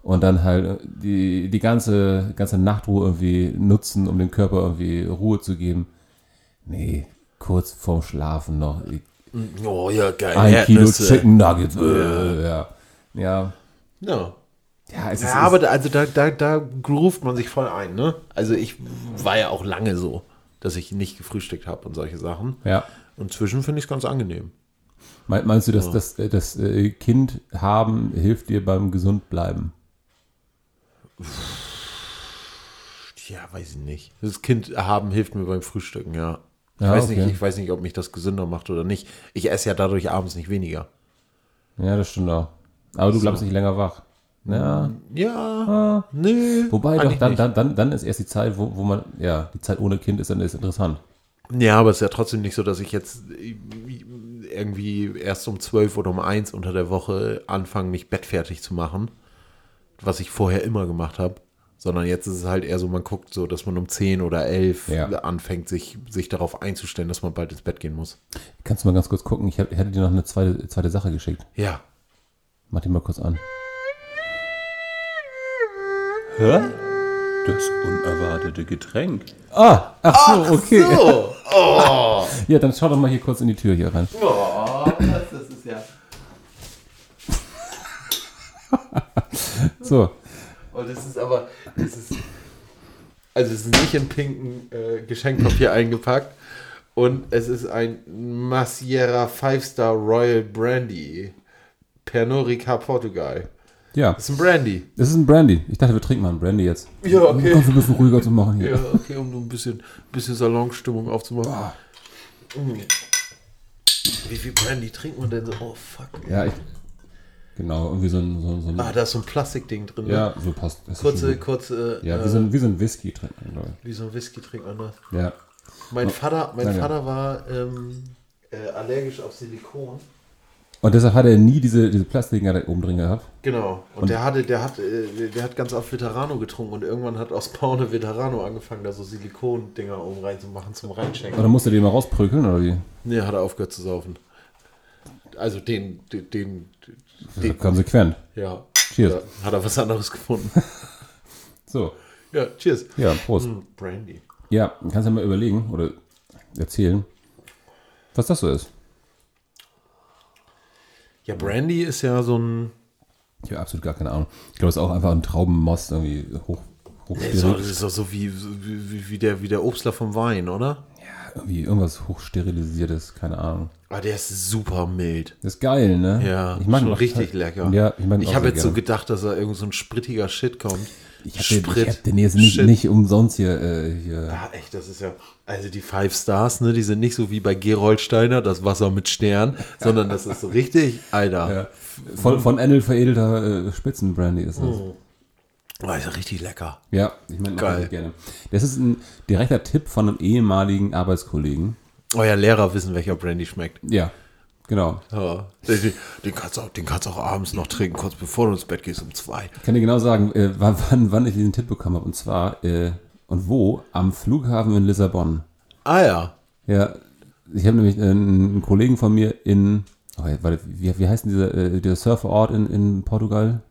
Speaker 3: Und dann halt die, die ganze, ganze Nachtruhe irgendwie nutzen, um dem Körper irgendwie Ruhe zu geben. Nee, kurz vorm Schlafen noch
Speaker 4: Oh ja, geil.
Speaker 3: ein Kilo
Speaker 4: Erdnüsse.
Speaker 3: Chicken Nuggets. Äh, ja. Ja.
Speaker 4: Ja.
Speaker 3: Ja, es ist,
Speaker 4: Ja, aber da, also da, da, da groovt man sich voll ein, ne? Also ich war ja auch lange so, dass ich nicht gefrühstückt habe und solche Sachen.
Speaker 3: ja.
Speaker 4: Und zwischen finde ich es ganz angenehm.
Speaker 3: Mein- Meinst du, dass das, äh, das äh, Kind haben hilft dir beim Gesundbleiben?
Speaker 4: Ja, weiß ich nicht. Das Kind haben hilft mir beim Frühstücken, ja. Ich,
Speaker 3: Ja,
Speaker 4: weiß
Speaker 3: okay.
Speaker 4: nicht, ich weiß nicht, ob mich das gesünder macht oder nicht. Ich esse ja dadurch abends nicht weniger.
Speaker 3: Ja, das stimmt auch. Aber du bleibst nicht länger wach. Ja.
Speaker 4: Ja, nö.
Speaker 3: Ah. Wobei, doch,
Speaker 4: eigentlich
Speaker 3: dann, dann, dann, dann ist erst die Zeit, wo, wo man, ja, die Zeit ohne Kind ist dann ist interessant.
Speaker 4: nicht. Ja, aber es ist ja trotzdem nicht so, dass ich jetzt äh, irgendwie erst um 12 oder um 1 unter der Woche anfange, mich bettfertig zu machen, was ich vorher immer gemacht habe. Sondern jetzt ist es halt eher so, man guckt so, dass man um 10 oder 11
Speaker 3: Ja.
Speaker 4: anfängt, sich, sich darauf einzustellen, dass man bald ins Bett gehen muss.
Speaker 3: Kannst du mal ganz kurz gucken? Ich hab- hätte dir noch eine zweite, zweite Sache geschickt.
Speaker 4: Ja.
Speaker 3: Mach die mal kurz an.
Speaker 7: Hä? Das unerwartete Getränk.
Speaker 3: Ah, ach so, okay.
Speaker 4: So.
Speaker 3: Ja, dann schau doch mal hier kurz in die Tür hier rein.
Speaker 4: Oh, Das ist ja.
Speaker 3: So,
Speaker 4: Und das ist aber. Das ist, also, es ist nicht in pinken äh, Geschenkpapier eingepackt. Und es ist ein Massiera 5-Star Royal Brandy. Pernod Ricard Portugal.
Speaker 3: ja.
Speaker 4: Das ist ein Brandy.
Speaker 3: Das ist ein Brandy. Ich dachte, wir trinken mal einen Brandy jetzt.
Speaker 4: Ja, okay.
Speaker 3: Um es ein bisschen ruhiger zu machen hier.
Speaker 4: Ja, okay, um so ein bisschen, bisschen Salonstimmung aufzumachen. Mm. Wie viel Brandy trinkt man denn so? Oh, fuck.
Speaker 3: Ja, ich. Genau, irgendwie so ein. So, ein- so ein
Speaker 4: Ah, da ist so ein Plastikding drin. ne?
Speaker 3: ja, so passt. Das ist
Speaker 4: Kurze,
Speaker 3: schon gut.
Speaker 4: kurze.
Speaker 3: Ja,
Speaker 4: äh,
Speaker 3: wie so ein, wie so ein Whisky trinken, glaube
Speaker 4: wie so ein Whisky trinkt man das.
Speaker 3: ich. Ja.
Speaker 4: Mein Vater, mein
Speaker 3: Danke.
Speaker 4: Vater war ähm, äh, allergisch auf Silikon.
Speaker 3: Und deshalb hat er nie diese, diese Plastiken da oben drin gehabt.
Speaker 4: Genau. Und, der hatte, der hat, äh, der hat ganz auf Veterano getrunken und irgendwann hat aus Paune Veterano angefangen, da so Silikon-Dinger oben reinzumachen zum Reinschenken.
Speaker 3: Oder musste den mal rausprügeln, oder wie?
Speaker 4: Nee, hat er aufgehört zu saufen. Also den, den, den,
Speaker 3: Das ist konsequent.
Speaker 4: ja.
Speaker 3: Cheers.
Speaker 4: Ja, Hat er was anderes gefunden.
Speaker 3: So,
Speaker 4: ja, cheers.
Speaker 3: ja, Prost.
Speaker 4: Hm, Brandy.
Speaker 3: Ja, kannst ja mal überlegen oder erzählen, was das so ist.
Speaker 4: Ja, Brandy ist ja so ein,
Speaker 3: Ich habe absolut gar keine Ahnung. Ich glaube, es ist auch einfach ein Traubenmost irgendwie hoch. hoch
Speaker 4: ist doch, ist doch so wie, wie, wie, der, wie der Obstler vom Wein, oder?
Speaker 3: irgendwie irgendwas hochsterilisiertes, keine Ahnung.
Speaker 4: Aber Ah, der ist super mild.
Speaker 3: Das ist geil, ne?
Speaker 4: Ja,
Speaker 3: ich mag ihn
Speaker 4: schon
Speaker 3: auch
Speaker 4: richtig
Speaker 3: total-
Speaker 4: lecker.
Speaker 3: Ja, ich mag ihn auch
Speaker 4: habe
Speaker 3: sehr
Speaker 4: jetzt so
Speaker 3: gerne.
Speaker 4: gedacht, dass da irgend so ein sprittiger Shit kommt.
Speaker 3: Ich hab den, ich hab den jetzt nicht,
Speaker 4: Shit.
Speaker 3: nicht umsonst hier, äh, hier.
Speaker 4: Ah, echt, das ist ja. Also die Five Stars, ne, die sind nicht so wie bei Gerold Steiner, das Wasser mit Stern, sondern das ist so richtig, Alter.
Speaker 3: Von, von Endel veredelter äh, Spitzenbrandy ist
Speaker 4: Oh.
Speaker 3: das.
Speaker 4: Ja. Also richtig lecker.
Speaker 3: Ja, ich meine,
Speaker 4: Geil.
Speaker 3: ich gerne. Das ist ein direkter Tipp von einem ehemaligen Arbeitskollegen.
Speaker 4: Euer Lehrer wissen, welcher Brandy schmeckt.
Speaker 3: Ja, genau.
Speaker 4: Ja. Den, den, kannst du auch, den kannst du auch abends noch trinken, kurz bevor du ins Bett gehst um zwei.
Speaker 3: Ich kann dir genau sagen, äh, wann, wann- wann ich diesen Tipp bekommen habe. Und zwar, äh, und wo? Am Flughafen in Lissabon.
Speaker 4: Ah ja.
Speaker 3: Ja, ich habe nämlich einen, einen Kollegen von mir in, oh, warte, wie, wie heißt denn dieser, äh, dieser Surferort in, in Portugal?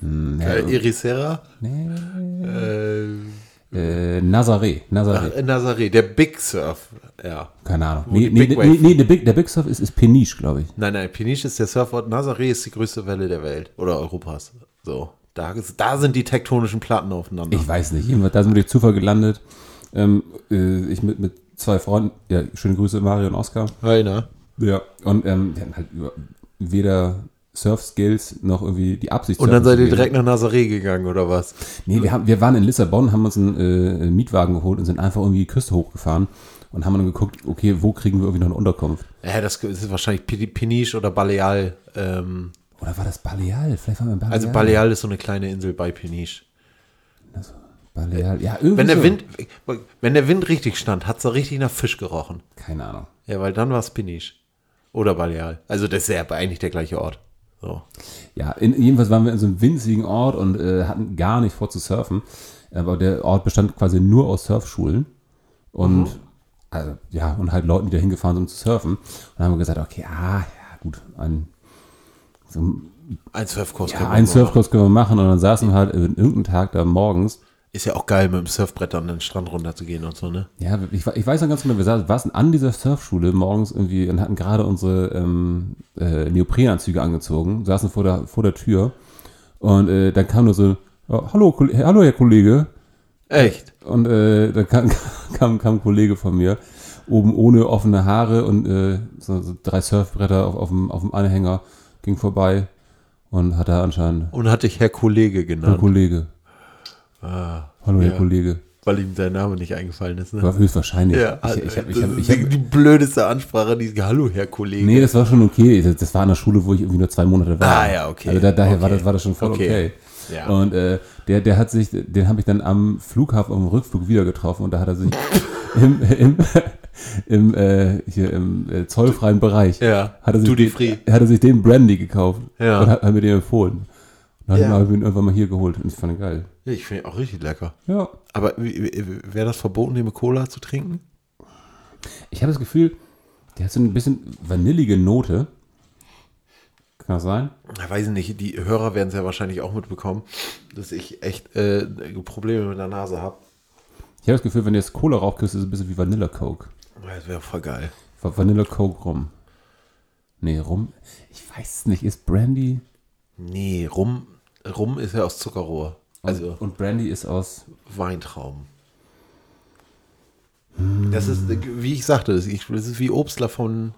Speaker 3: Hm, ja,
Speaker 4: Äh, Irisera.
Speaker 3: nee,
Speaker 4: Äh,
Speaker 3: äh, Nazaré, Nazaré,
Speaker 4: Nazaré, der Big Surf. Ja.
Speaker 3: keine Ahnung.
Speaker 4: Äh, die
Speaker 3: Nee, nee,
Speaker 4: Big
Speaker 3: nee,
Speaker 4: Wave-
Speaker 3: nee, der, Big, der Big Surf ist, ist Peniche, glaube ich.
Speaker 4: Nein, nein, Peniche ist der Surfort. Nazaré ist die größte Welle der Welt oder Europas. So, da, ist, da sind die tektonischen Platten aufeinander.
Speaker 3: Ich weiß nicht, jedenfalls, da sind wir durch Zufall gelandet. Ähm, äh, ich mit, mit zwei Freunden, ja,
Speaker 4: ne?
Speaker 3: schöne Grüße, Mario und Oscar.
Speaker 4: Heiner.
Speaker 3: Ja, und ähm, wir hatten halt über, weder Surf-Skills noch irgendwie die Absicht
Speaker 4: Und dann
Speaker 3: surfen
Speaker 4: seid
Speaker 3: zu
Speaker 4: ihr
Speaker 3: gehen.
Speaker 4: direkt nach Nazaré gegangen oder was?
Speaker 3: Nee, wir, haben, wir waren in Lissabon, haben uns einen äh, Mietwagen geholt und sind einfach irgendwie die Küste hochgefahren und haben dann geguckt, okay, wo kriegen wir irgendwie noch eine Unterkunft?
Speaker 4: Ja, das ist wahrscheinlich Pi- Peniche oder Baleal. Ähm,
Speaker 3: Oder war das Baleal? Vielleicht waren wir in Baleal.
Speaker 4: also Baleal ist so eine kleine Insel bei Peniche.
Speaker 3: Baleal, ja, irgendwie.
Speaker 4: Wenn der
Speaker 3: so.
Speaker 4: Wind, wenn der Wind richtig stand, hat es richtig nach Fisch gerochen.
Speaker 3: Keine Ahnung.
Speaker 4: Ja, weil dann war es Peniche. Oder Baleal. Also das ist ja eigentlich der gleiche Ort. So.
Speaker 3: Ja, in, jedenfalls waren wir in so einem winzigen Ort und äh, hatten gar nicht vor zu surfen. Aber der Ort bestand quasi nur aus Surfschulen und also, ja, und halt Leuten, die da hingefahren sind, um zu surfen. Und dann haben wir gesagt, okay, ah, ja, gut, ein, so ein,
Speaker 4: Ein Surfkurs. kann
Speaker 3: ja,
Speaker 4: man
Speaker 3: einen
Speaker 4: machen.
Speaker 3: Surfkurs können wir machen. Und dann saßen wir halt äh, irgendeinen Tag da morgens
Speaker 4: Ist ja auch geil, mit dem Surfbrett an den Strand runterzugehen und so, ne?
Speaker 3: Ja, ich, we- ich weiß noch ganz genau, wir saßen, saßen an dieser Surfschule morgens irgendwie und hatten gerade unsere ähm, äh, Neoprenanzüge angezogen, saßen vor der, vor der Tür und äh, dann kam nur so, oh, hallo, Kolle- hallo Herr Kollege
Speaker 4: Echt?
Speaker 3: und äh, dann kam, kam, kam ein Kollege von mir, oben ohne offene Haare und äh, so, so drei Surfbretter auf, auf, dem, auf dem Anhänger, ging vorbei und hat da anscheinend
Speaker 4: Und hatte ich Herr Kollege
Speaker 3: Herr
Speaker 4: genannt,
Speaker 3: Kollege, hallo Herr
Speaker 4: Ah, ja.
Speaker 3: Kollege,
Speaker 4: weil ihm sein Name nicht eingefallen ist, ne?
Speaker 3: war höchstwahrscheinlich.
Speaker 4: Ja, also, äh,
Speaker 3: ich, ich, hab- ich,
Speaker 4: das
Speaker 3: hab- ich,
Speaker 4: ist
Speaker 3: hab-
Speaker 4: die, die blödeste Ansprache, die Hallo, Herr Kollege.
Speaker 3: Nee, das war schon okay. Das, das war in der Schule, wo ich irgendwie nur zwei Monate war.
Speaker 4: Ah, ja, okay.
Speaker 3: Also da, daher war,
Speaker 4: Okay.
Speaker 3: das, war das schon voll okay.
Speaker 4: Okay. Ja.
Speaker 3: Und äh, der, der hat sich, den habe ich dann am Flughafen, am Rückflug wieder getroffen und da hat er sich im, im, im, äh, hier im äh, zollfreien Bereich,
Speaker 4: Ja,
Speaker 3: hat, er sich,
Speaker 4: Duty Free.
Speaker 3: hat er sich den Brandy gekauft
Speaker 4: Ja.
Speaker 3: und hat, hat mir den empfohlen. Dann
Speaker 4: Ja.
Speaker 3: habe ich ihn irgendwann mal hier geholt und ich fand ihn geil.
Speaker 4: Ich finde ihn auch richtig lecker.
Speaker 3: Ja.
Speaker 4: Aber wäre das verboten, den mit Cola zu trinken?
Speaker 3: Ich habe das Gefühl, der hat so ein bisschen vanillige Note. Kann das sein?
Speaker 4: Ich weiß nicht, die Hörer werden es ja wahrscheinlich auch mitbekommen, dass ich echt äh, Probleme mit der Nase habe.
Speaker 3: Ich habe das Gefühl, wenn du jetzt Cola raufküsst, ist es ein bisschen wie Vanilla Coke.
Speaker 4: Das wäre voll geil.
Speaker 3: Va- Vanilla Coke rum. Nee, rum. Ich weiß es nicht. Ist Brandy.
Speaker 4: Nee, Rum, Rum ist ja aus Zuckerrohr.
Speaker 3: Oh.
Speaker 4: Also
Speaker 3: Und Brandy ist aus.
Speaker 4: Weintrauben. Das ist, äh, wie ich sagte, das ist das ist wie Obstler von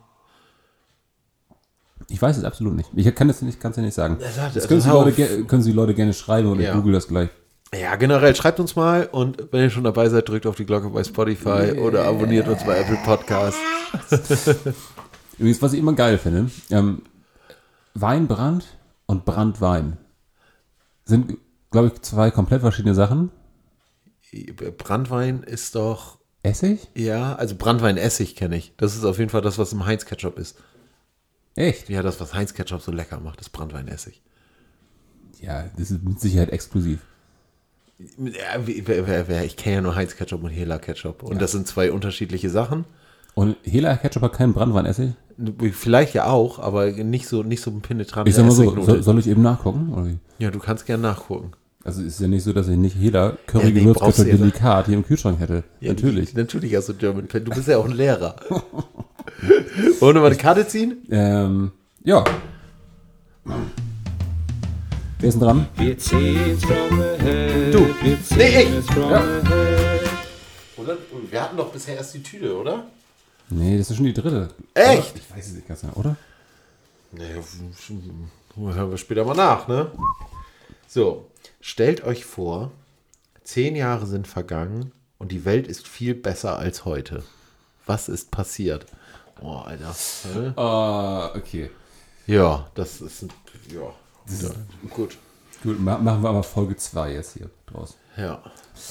Speaker 3: Ich weiß es absolut nicht. Ich kann es nicht, kann's dir nicht sagen.
Speaker 4: Ja, sag-
Speaker 3: Das können, Sie
Speaker 4: also
Speaker 3: Leute,
Speaker 4: auf-
Speaker 3: ge- können Sie Leute gerne schreiben und ich
Speaker 4: Ja.
Speaker 3: google das gleich.
Speaker 4: Ja, generell schreibt uns mal und wenn ihr schon dabei seid, drückt auf die Glocke bei Spotify oder abonniert uns bei Apple Podcasts.
Speaker 3: Übrigens, was ich immer geil finde: ähm, Weinbrand und Brandwein sind, glaube ich, zwei komplett verschiedene Sachen.
Speaker 4: Brandwein ist doch,
Speaker 3: Essig?
Speaker 4: ja, also Brandweinessig kenne ich. Das ist auf jeden Fall das, was im Heinz-Ketchup ist.
Speaker 3: Echt?
Speaker 4: Ja, das, was Heinz-Ketchup so lecker macht, ist Brandweinessig.
Speaker 3: Ja, das ist mit Sicherheit exklusiv.
Speaker 4: Ja, wie- wer- wer- wer- Ich kenne ja nur Heinz-Ketchup und Hela-Ketchup und das sind zwei unterschiedliche Sachen.
Speaker 3: Und Hela Ketchup hat keinen Brandweinessig?
Speaker 4: Vielleicht ja auch, aber nicht so, nicht so ein penetrante
Speaker 3: Ich sag mal so,
Speaker 4: Essignote.
Speaker 3: soll, soll ich eben nachgucken? Oder wie?
Speaker 4: Ja, du kannst gerne nachgucken.
Speaker 3: Also ist ja nicht so, dass ich nicht jeder
Speaker 4: Ja,
Speaker 3: Curry
Speaker 4: nee, brauchst
Speaker 3: Gewürzkessel
Speaker 4: du ja nicht.
Speaker 3: delikat hier im Kühlschrank hätte.
Speaker 4: Ja,
Speaker 3: Natürlich.
Speaker 4: Natürlich hast du German Pen. Du bist ja auch ein Lehrer. Wollen wir mal eine Karte ziehen?
Speaker 3: Ähm, ja. Wer ist denn dran?
Speaker 6: Wir ziehen's from the head.
Speaker 4: Du.
Speaker 6: Wir
Speaker 4: Nee, ich.
Speaker 6: ziehen's from the head.
Speaker 4: Oder? Wir hatten doch bisher erst die Tüte, oder?
Speaker 3: Nee, das ist schon die dritte.
Speaker 4: Echt?
Speaker 3: Ich weiß es nicht ganz genau, oder?
Speaker 4: Nee, hören wir später mal nach, ne? So, stellt euch vor, zehn Jahre sind vergangen und die Welt ist viel besser als heute. Was ist passiert? Oh, Alter. Hä?
Speaker 3: Ah, okay.
Speaker 4: Ja, das ist. ein- Ja, ja gut.
Speaker 3: Gut, ma machen wir aber Folge 2 jetzt hier draus.
Speaker 4: Ja.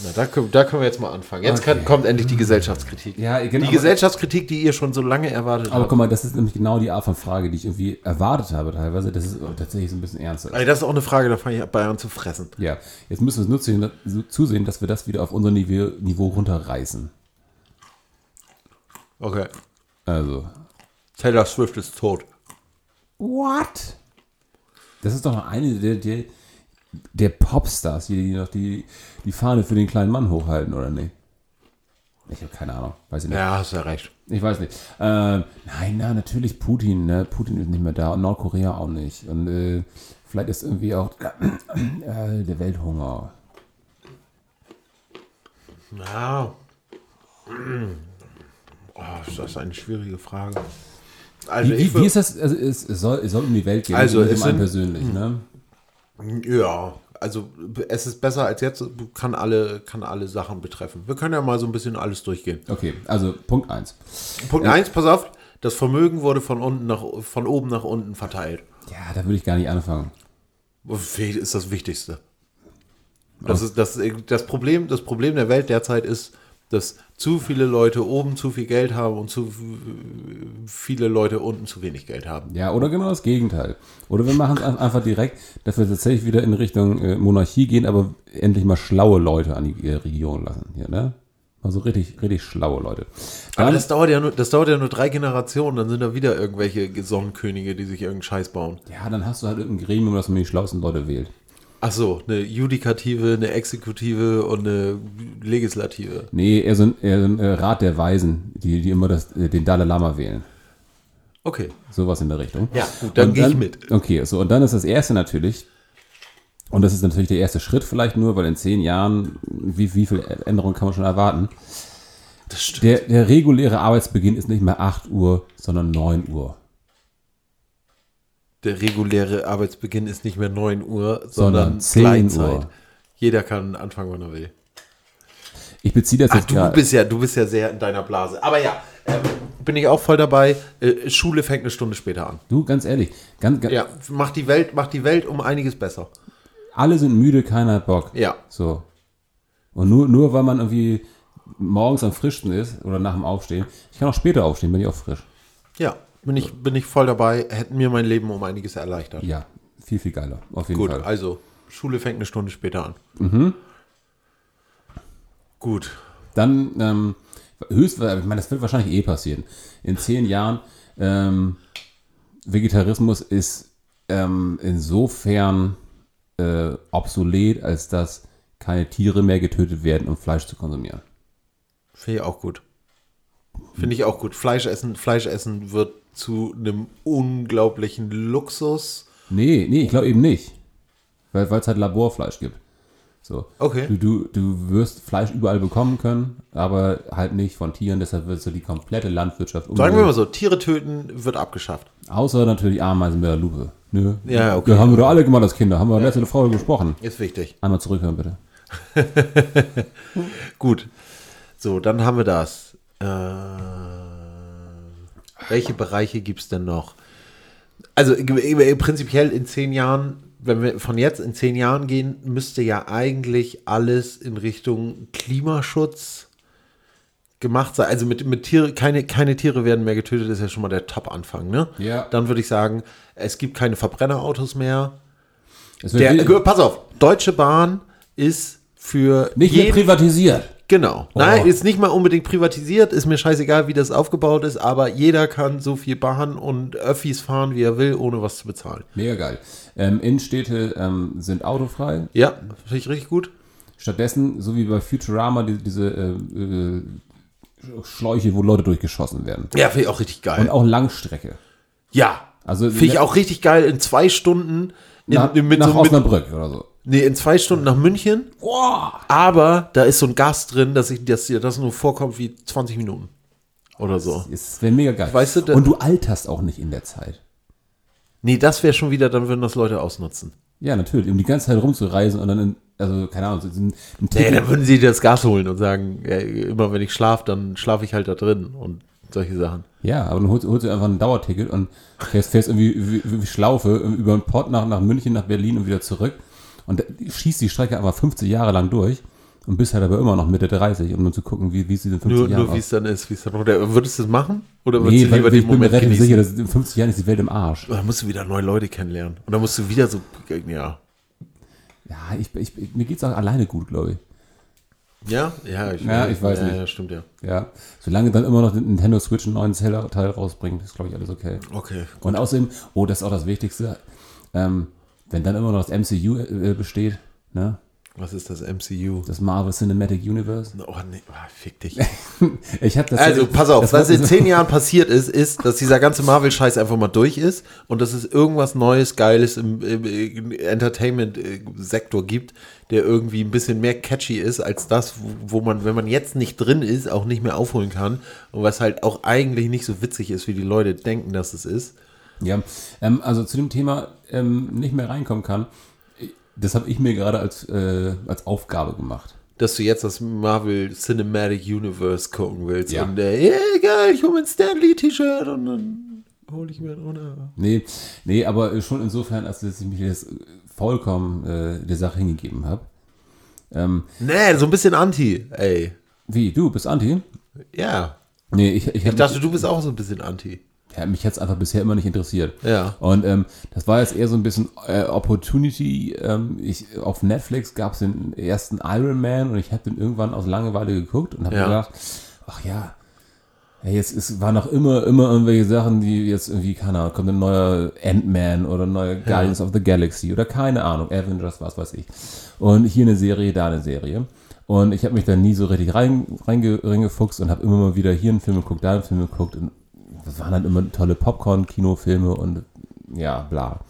Speaker 4: Na, da, können- da können wir jetzt mal anfangen. Jetzt
Speaker 3: Okay.
Speaker 4: kann, kommt endlich die Gesellschaftskritik.
Speaker 3: Ja, genau,
Speaker 4: die
Speaker 3: aber-
Speaker 4: Gesellschaftskritik, die ihr schon so lange erwartet
Speaker 3: Aber
Speaker 4: habt.
Speaker 3: guck mal, das ist nämlich genau die Art von Frage, die ich irgendwie erwartet habe teilweise. Das ist tatsächlich so ein bisschen ernster.
Speaker 4: Ey, das ist auch eine Frage, da fange ich bei an zu fressen.
Speaker 3: Ja, jetzt müssen wir es nur zusehen- so zusehen, dass wir das wieder auf unser Niveau, Niveau runterreißen.
Speaker 4: Okay.
Speaker 3: Also,
Speaker 4: Taylor Swift ist tot.
Speaker 3: What? Das ist doch noch eine der, der, der Popstars, die, die noch die, die Fahne für den kleinen Mann hochhalten, oder nicht? Ich habe keine Ahnung. Weiß ich nicht.
Speaker 4: Ja, hast ja recht.
Speaker 3: Ich weiß nicht. Ähm, nein, na, natürlich Putin. Ne? Putin ist nicht mehr da und Nordkorea auch nicht. Und äh, vielleicht ist irgendwie auch äh, der Welthunger.
Speaker 4: Ja. Oh, ist das eine schwierige Frage. Also
Speaker 3: Wie,
Speaker 4: ich
Speaker 3: wie,
Speaker 4: würd-
Speaker 3: wie ist das? Also es, es, soll, es soll um die Welt gehen.
Speaker 4: Also
Speaker 3: nicht
Speaker 4: es
Speaker 3: um einen
Speaker 4: sind- Hm.
Speaker 3: persönlich, ne?
Speaker 4: Ja, also es ist besser als jetzt, kann alle, kann alle Sachen betreffen. Wir können ja mal so ein bisschen alles durchgehen.
Speaker 3: Okay, also Punkt 1.
Speaker 4: Punkt 1, pass auf, das Vermögen wurde von unten nach von oben nach unten verteilt.
Speaker 3: Ja, da würde ich gar nicht anfangen.
Speaker 4: Fehlt ist das Wichtigste. Das, ist, das, das, Problem, das Problem der Welt derzeit ist, dass zu viele Leute oben zu viel Geld haben und zu viele Leute unten zu wenig Geld haben.
Speaker 3: Ja, oder genau das Gegenteil. Oder wir machen es ein- einfach direkt, dass wir tatsächlich wieder in Richtung äh, Monarchie gehen, aber endlich mal schlaue Leute an die äh, Regierung lassen. Hier, ne? Also richtig, richtig schlaue Leute.
Speaker 4: Aber
Speaker 3: Dann-
Speaker 4: das dauert, ja nur, das dauert ja nur drei Generationen, dann sind da wieder irgendwelche Sonnenkönige, die sich irgendeinen Scheiß bauen.
Speaker 3: ja, dann hast du halt irgendein Gremium, das nur die schlauesten Leute wählt.
Speaker 4: Ach so, eine Judikative, eine Exekutive und eine Legislative.
Speaker 3: Nee, eher so ein, eher so ein äh, Rat der Weisen, die, die immer das, äh, den Dalai Lama wählen.
Speaker 4: Okay.
Speaker 3: Sowas in der Richtung.
Speaker 4: Ja, gut, dann
Speaker 3: Und
Speaker 4: gehe ich mit.
Speaker 3: Okay, so, und dann ist das erste natürlich, und das ist natürlich der erste Schritt vielleicht nur, weil in zehn Jahren, wie, wie viel Änderung kann man schon erwarten?
Speaker 4: Das stimmt.
Speaker 3: Der, der reguläre Arbeitsbeginn ist nicht mehr 8 Uhr, sondern 9 Uhr.
Speaker 4: Der reguläre Arbeitsbeginn ist nicht mehr 9 Uhr,
Speaker 3: Sondern
Speaker 4: sondern,
Speaker 3: 10
Speaker 4: Gleitzeit.
Speaker 3: Uhr.
Speaker 4: Jeder kann anfangen, wann er will.
Speaker 3: Ich beziehe das
Speaker 4: Ah,
Speaker 3: jetzt
Speaker 4: du
Speaker 3: gerade.
Speaker 4: bist ja, du bist ja sehr in deiner Blase. Aber ja, ähm, bin ich auch voll dabei. Äh, Schule fängt eine Stunde später an.
Speaker 3: Du, ganz ehrlich, ganz, ganz,
Speaker 4: Ja, macht die Welt, macht die Welt um einiges besser.
Speaker 3: alle sind müde, keiner hat Bock.
Speaker 4: Ja.
Speaker 3: So. Und nur, nur weil man irgendwie morgens am frischsten ist oder nach dem Aufstehen. Ich kann auch später aufstehen, bin ich auch frisch.
Speaker 4: Ja, bin ich, bin ich voll dabei. Hätten mir mein Leben um einiges erleichtert.
Speaker 3: Ja, viel, viel geiler. Auf jeden
Speaker 4: Gut,
Speaker 3: Fall.
Speaker 4: also Schule fängt eine Stunde später an. Gut.
Speaker 3: Dann, ähm, höchst, ich meine, das wird wahrscheinlich eh passieren. In zehn Jahren, ähm, Vegetarismus ist ähm, insofern äh, obsolet, als dass keine Tiere mehr getötet werden, um Fleisch zu konsumieren.
Speaker 4: Finde ich auch gut. Finde ich auch gut. Fleisch essen, Fleisch essen wird zu einem unglaublichen Luxus.
Speaker 3: Nee, nee, ich glaube eben nicht. Weil es halt Laborfleisch gibt. So.
Speaker 4: Okay.
Speaker 3: Du, du, du wirst Fleisch überall bekommen können, aber halt nicht von Tieren, deshalb wirst du die komplette Landwirtschaft
Speaker 4: Sagen wir mal so, Tiere töten wird abgeschafft.
Speaker 3: Außer natürlich Ameisen mit der Lupe. Nö.
Speaker 4: Ja, ja, okay.
Speaker 3: Da haben wir doch alle gemacht als Kinder. Haben wir letzte Folge gesprochen.
Speaker 4: Ist wichtig.
Speaker 3: Einmal zurückhören, bitte.
Speaker 4: Gut. So, dann haben wir das. Äh, welche Bereiche gibt es denn noch? Also äh, äh, prinzipiell in zehn Jahren, wenn wir von jetzt in zehn Jahren gehen, müsste ja eigentlich alles in Richtung Klimaschutz gemacht sein. Also mit, mit Tiere, keine, keine Tiere werden mehr getötet, ist ja schon mal der Top-Anfang, ne?
Speaker 3: Ja.
Speaker 4: Dann würde ich sagen, es gibt keine Verbrennerautos mehr.
Speaker 3: Es
Speaker 4: Der,
Speaker 3: wird
Speaker 4: äh, pass auf, Deutsche Bahn ist für
Speaker 3: nicht mehr privatisiert.
Speaker 4: Genau. Nein,
Speaker 3: Oh.
Speaker 4: ist nicht mal unbedingt privatisiert, ist mir scheißegal, wie das aufgebaut ist, aber jeder kann so viel Bahn und Öffis fahren, wie er will, ohne was zu bezahlen.
Speaker 3: Mega geil. Ähm, Innenstädte ähm, sind autofrei.
Speaker 4: Ja, finde ich richtig gut.
Speaker 3: Stattdessen, so wie bei Futurama, die, diese äh, äh, Schläuche, wo Leute durchgeschossen werden.
Speaker 4: Ja, finde ich auch richtig geil.
Speaker 3: Und auch Langstrecke.
Speaker 4: ja.
Speaker 3: Also-
Speaker 4: finde ich auch richtig geil in zwei Stunden in,
Speaker 3: Nach,
Speaker 4: mit
Speaker 3: nach
Speaker 4: so, mit,
Speaker 3: Osnabrück oder so.
Speaker 4: nee, in zwei Stunden nach München. Aber da ist so ein Gas drin, dass ich dass dir das nur vorkommt wie 20 Minuten oder so.
Speaker 3: Es wäre mega geil.
Speaker 4: Weißt du, da-
Speaker 3: Und du alterst auch nicht in der Zeit.
Speaker 4: Nee, das wäre schon wieder, dann würden das Leute ausnutzen.
Speaker 3: Ja, natürlich. Um die ganze Zeit rumzureisen und dann, in, also keine Ahnung, so ein, ein
Speaker 4: Nee,
Speaker 3: Ticket.
Speaker 4: dann würden sie dir das Gas holen und sagen, ja, immer wenn ich schlafe, dann schlafe ich halt da drin und solche Sachen.
Speaker 3: Ja, aber dann holst, holst du einfach ein Dauerticket und fährst, fährst irgendwie wie, wie- wie Schlaufe über den Pott nach, nach München, nach Berlin und wieder zurück und da- schießt die Strecke einfach 50 Jahre lang durch und bist halt aber immer noch Mitte 30, um nur zu gucken, wie, wie es in den 50
Speaker 4: Nur,
Speaker 3: Jahren
Speaker 4: nur wie es
Speaker 3: aussieht.
Speaker 4: dann ist, wie es dann oder Würdest du es machen? Oder würdest
Speaker 3: Nee,
Speaker 4: du lieber
Speaker 3: weil,
Speaker 4: den
Speaker 3: ich bin mir
Speaker 4: Moment
Speaker 3: relativ
Speaker 4: genießen?
Speaker 3: sicher, dass in 50 Jahren ist die Welt im Arsch.
Speaker 4: Dann musst du wieder neue Leute kennenlernen. Und dann musst du wieder so, ja.
Speaker 3: Ja, ich, ich, mir geht's auch alleine gut, glaube ich.
Speaker 4: Ja? Ja, ich,
Speaker 3: Ja, ich weiß
Speaker 4: ja,
Speaker 3: nicht.
Speaker 4: Ja, stimmt ja.
Speaker 3: Ja, solange dann immer noch den Nintendo Switch einen neuen Teil Teil rausbringt, ist glaube ich alles okay.
Speaker 4: Okay.
Speaker 3: Und außerdem, oh, das ist auch das Wichtigste, ähm, wenn dann immer noch das MCU äh, besteht, ne?
Speaker 4: Was ist das MCU?
Speaker 3: Das Marvel Cinematic Universe.
Speaker 4: Oh nee, ah, fick dich.
Speaker 3: Ich hab das
Speaker 4: Also pass auf,
Speaker 3: das
Speaker 4: was
Speaker 3: wird-
Speaker 4: in zehn Jahren passiert ist, ist, dass dieser ganze Marvel-Scheiß einfach mal durch ist und dass es irgendwas Neues, Geiles im, im, äh, Entertainment-Sektor gibt, der irgendwie ein bisschen mehr catchy ist als das, wo wo man, wenn man jetzt nicht drin ist, auch nicht mehr aufholen kann und was halt auch eigentlich nicht so witzig ist, wie die Leute denken, dass es ist.
Speaker 3: Ja, ähm, also zu dem Thema ähm, nicht mehr reinkommen kann, das habe ich mir gerade als, äh, als Aufgabe gemacht.
Speaker 4: Dass du jetzt das Marvel Cinematic Universe gucken willst
Speaker 3: Ja.
Speaker 4: und äh, yeah, geil, ich hole mir ein Stanley-T-Shirt und dann hole ich mir ein Honor.
Speaker 3: Nee, nee, aber äh, schon insofern, als dass ich mich jetzt äh, vollkommen äh, der Sache hingegeben habe. Ähm,
Speaker 4: Nee, so ein bisschen anti, ey.
Speaker 3: wie, du bist Anti?
Speaker 4: Ja.
Speaker 3: Nee, ich, ich,
Speaker 4: Ich dachte, du bist auch so ein bisschen anti.
Speaker 3: Ja, mich hat's einfach bisher immer nicht interessiert.
Speaker 4: Ja.
Speaker 3: Und ähm, das war jetzt eher so ein bisschen äh, Opportunity. Ähm, ich, auf Netflix gab's den ersten Iron Man und ich habe den irgendwann aus Langeweile geguckt und habe
Speaker 4: Ja.
Speaker 3: gedacht, ach ja, ja jetzt ist, waren noch immer, immer irgendwelche Sachen, die jetzt irgendwie, keine Ahnung, kommt ein neuer Ant-Man oder ein neuer Guardians of the Galaxy oder keine Ahnung, Avengers, was weiß ich. Und hier eine Serie, da eine Serie. Und ich habe mich da nie so richtig rein, reinge, reingefuchst und habe immer mal wieder hier einen Film geguckt, da einen Film geguckt. Und das waren dann immer tolle Popcorn-Kinofilme und ja, bla.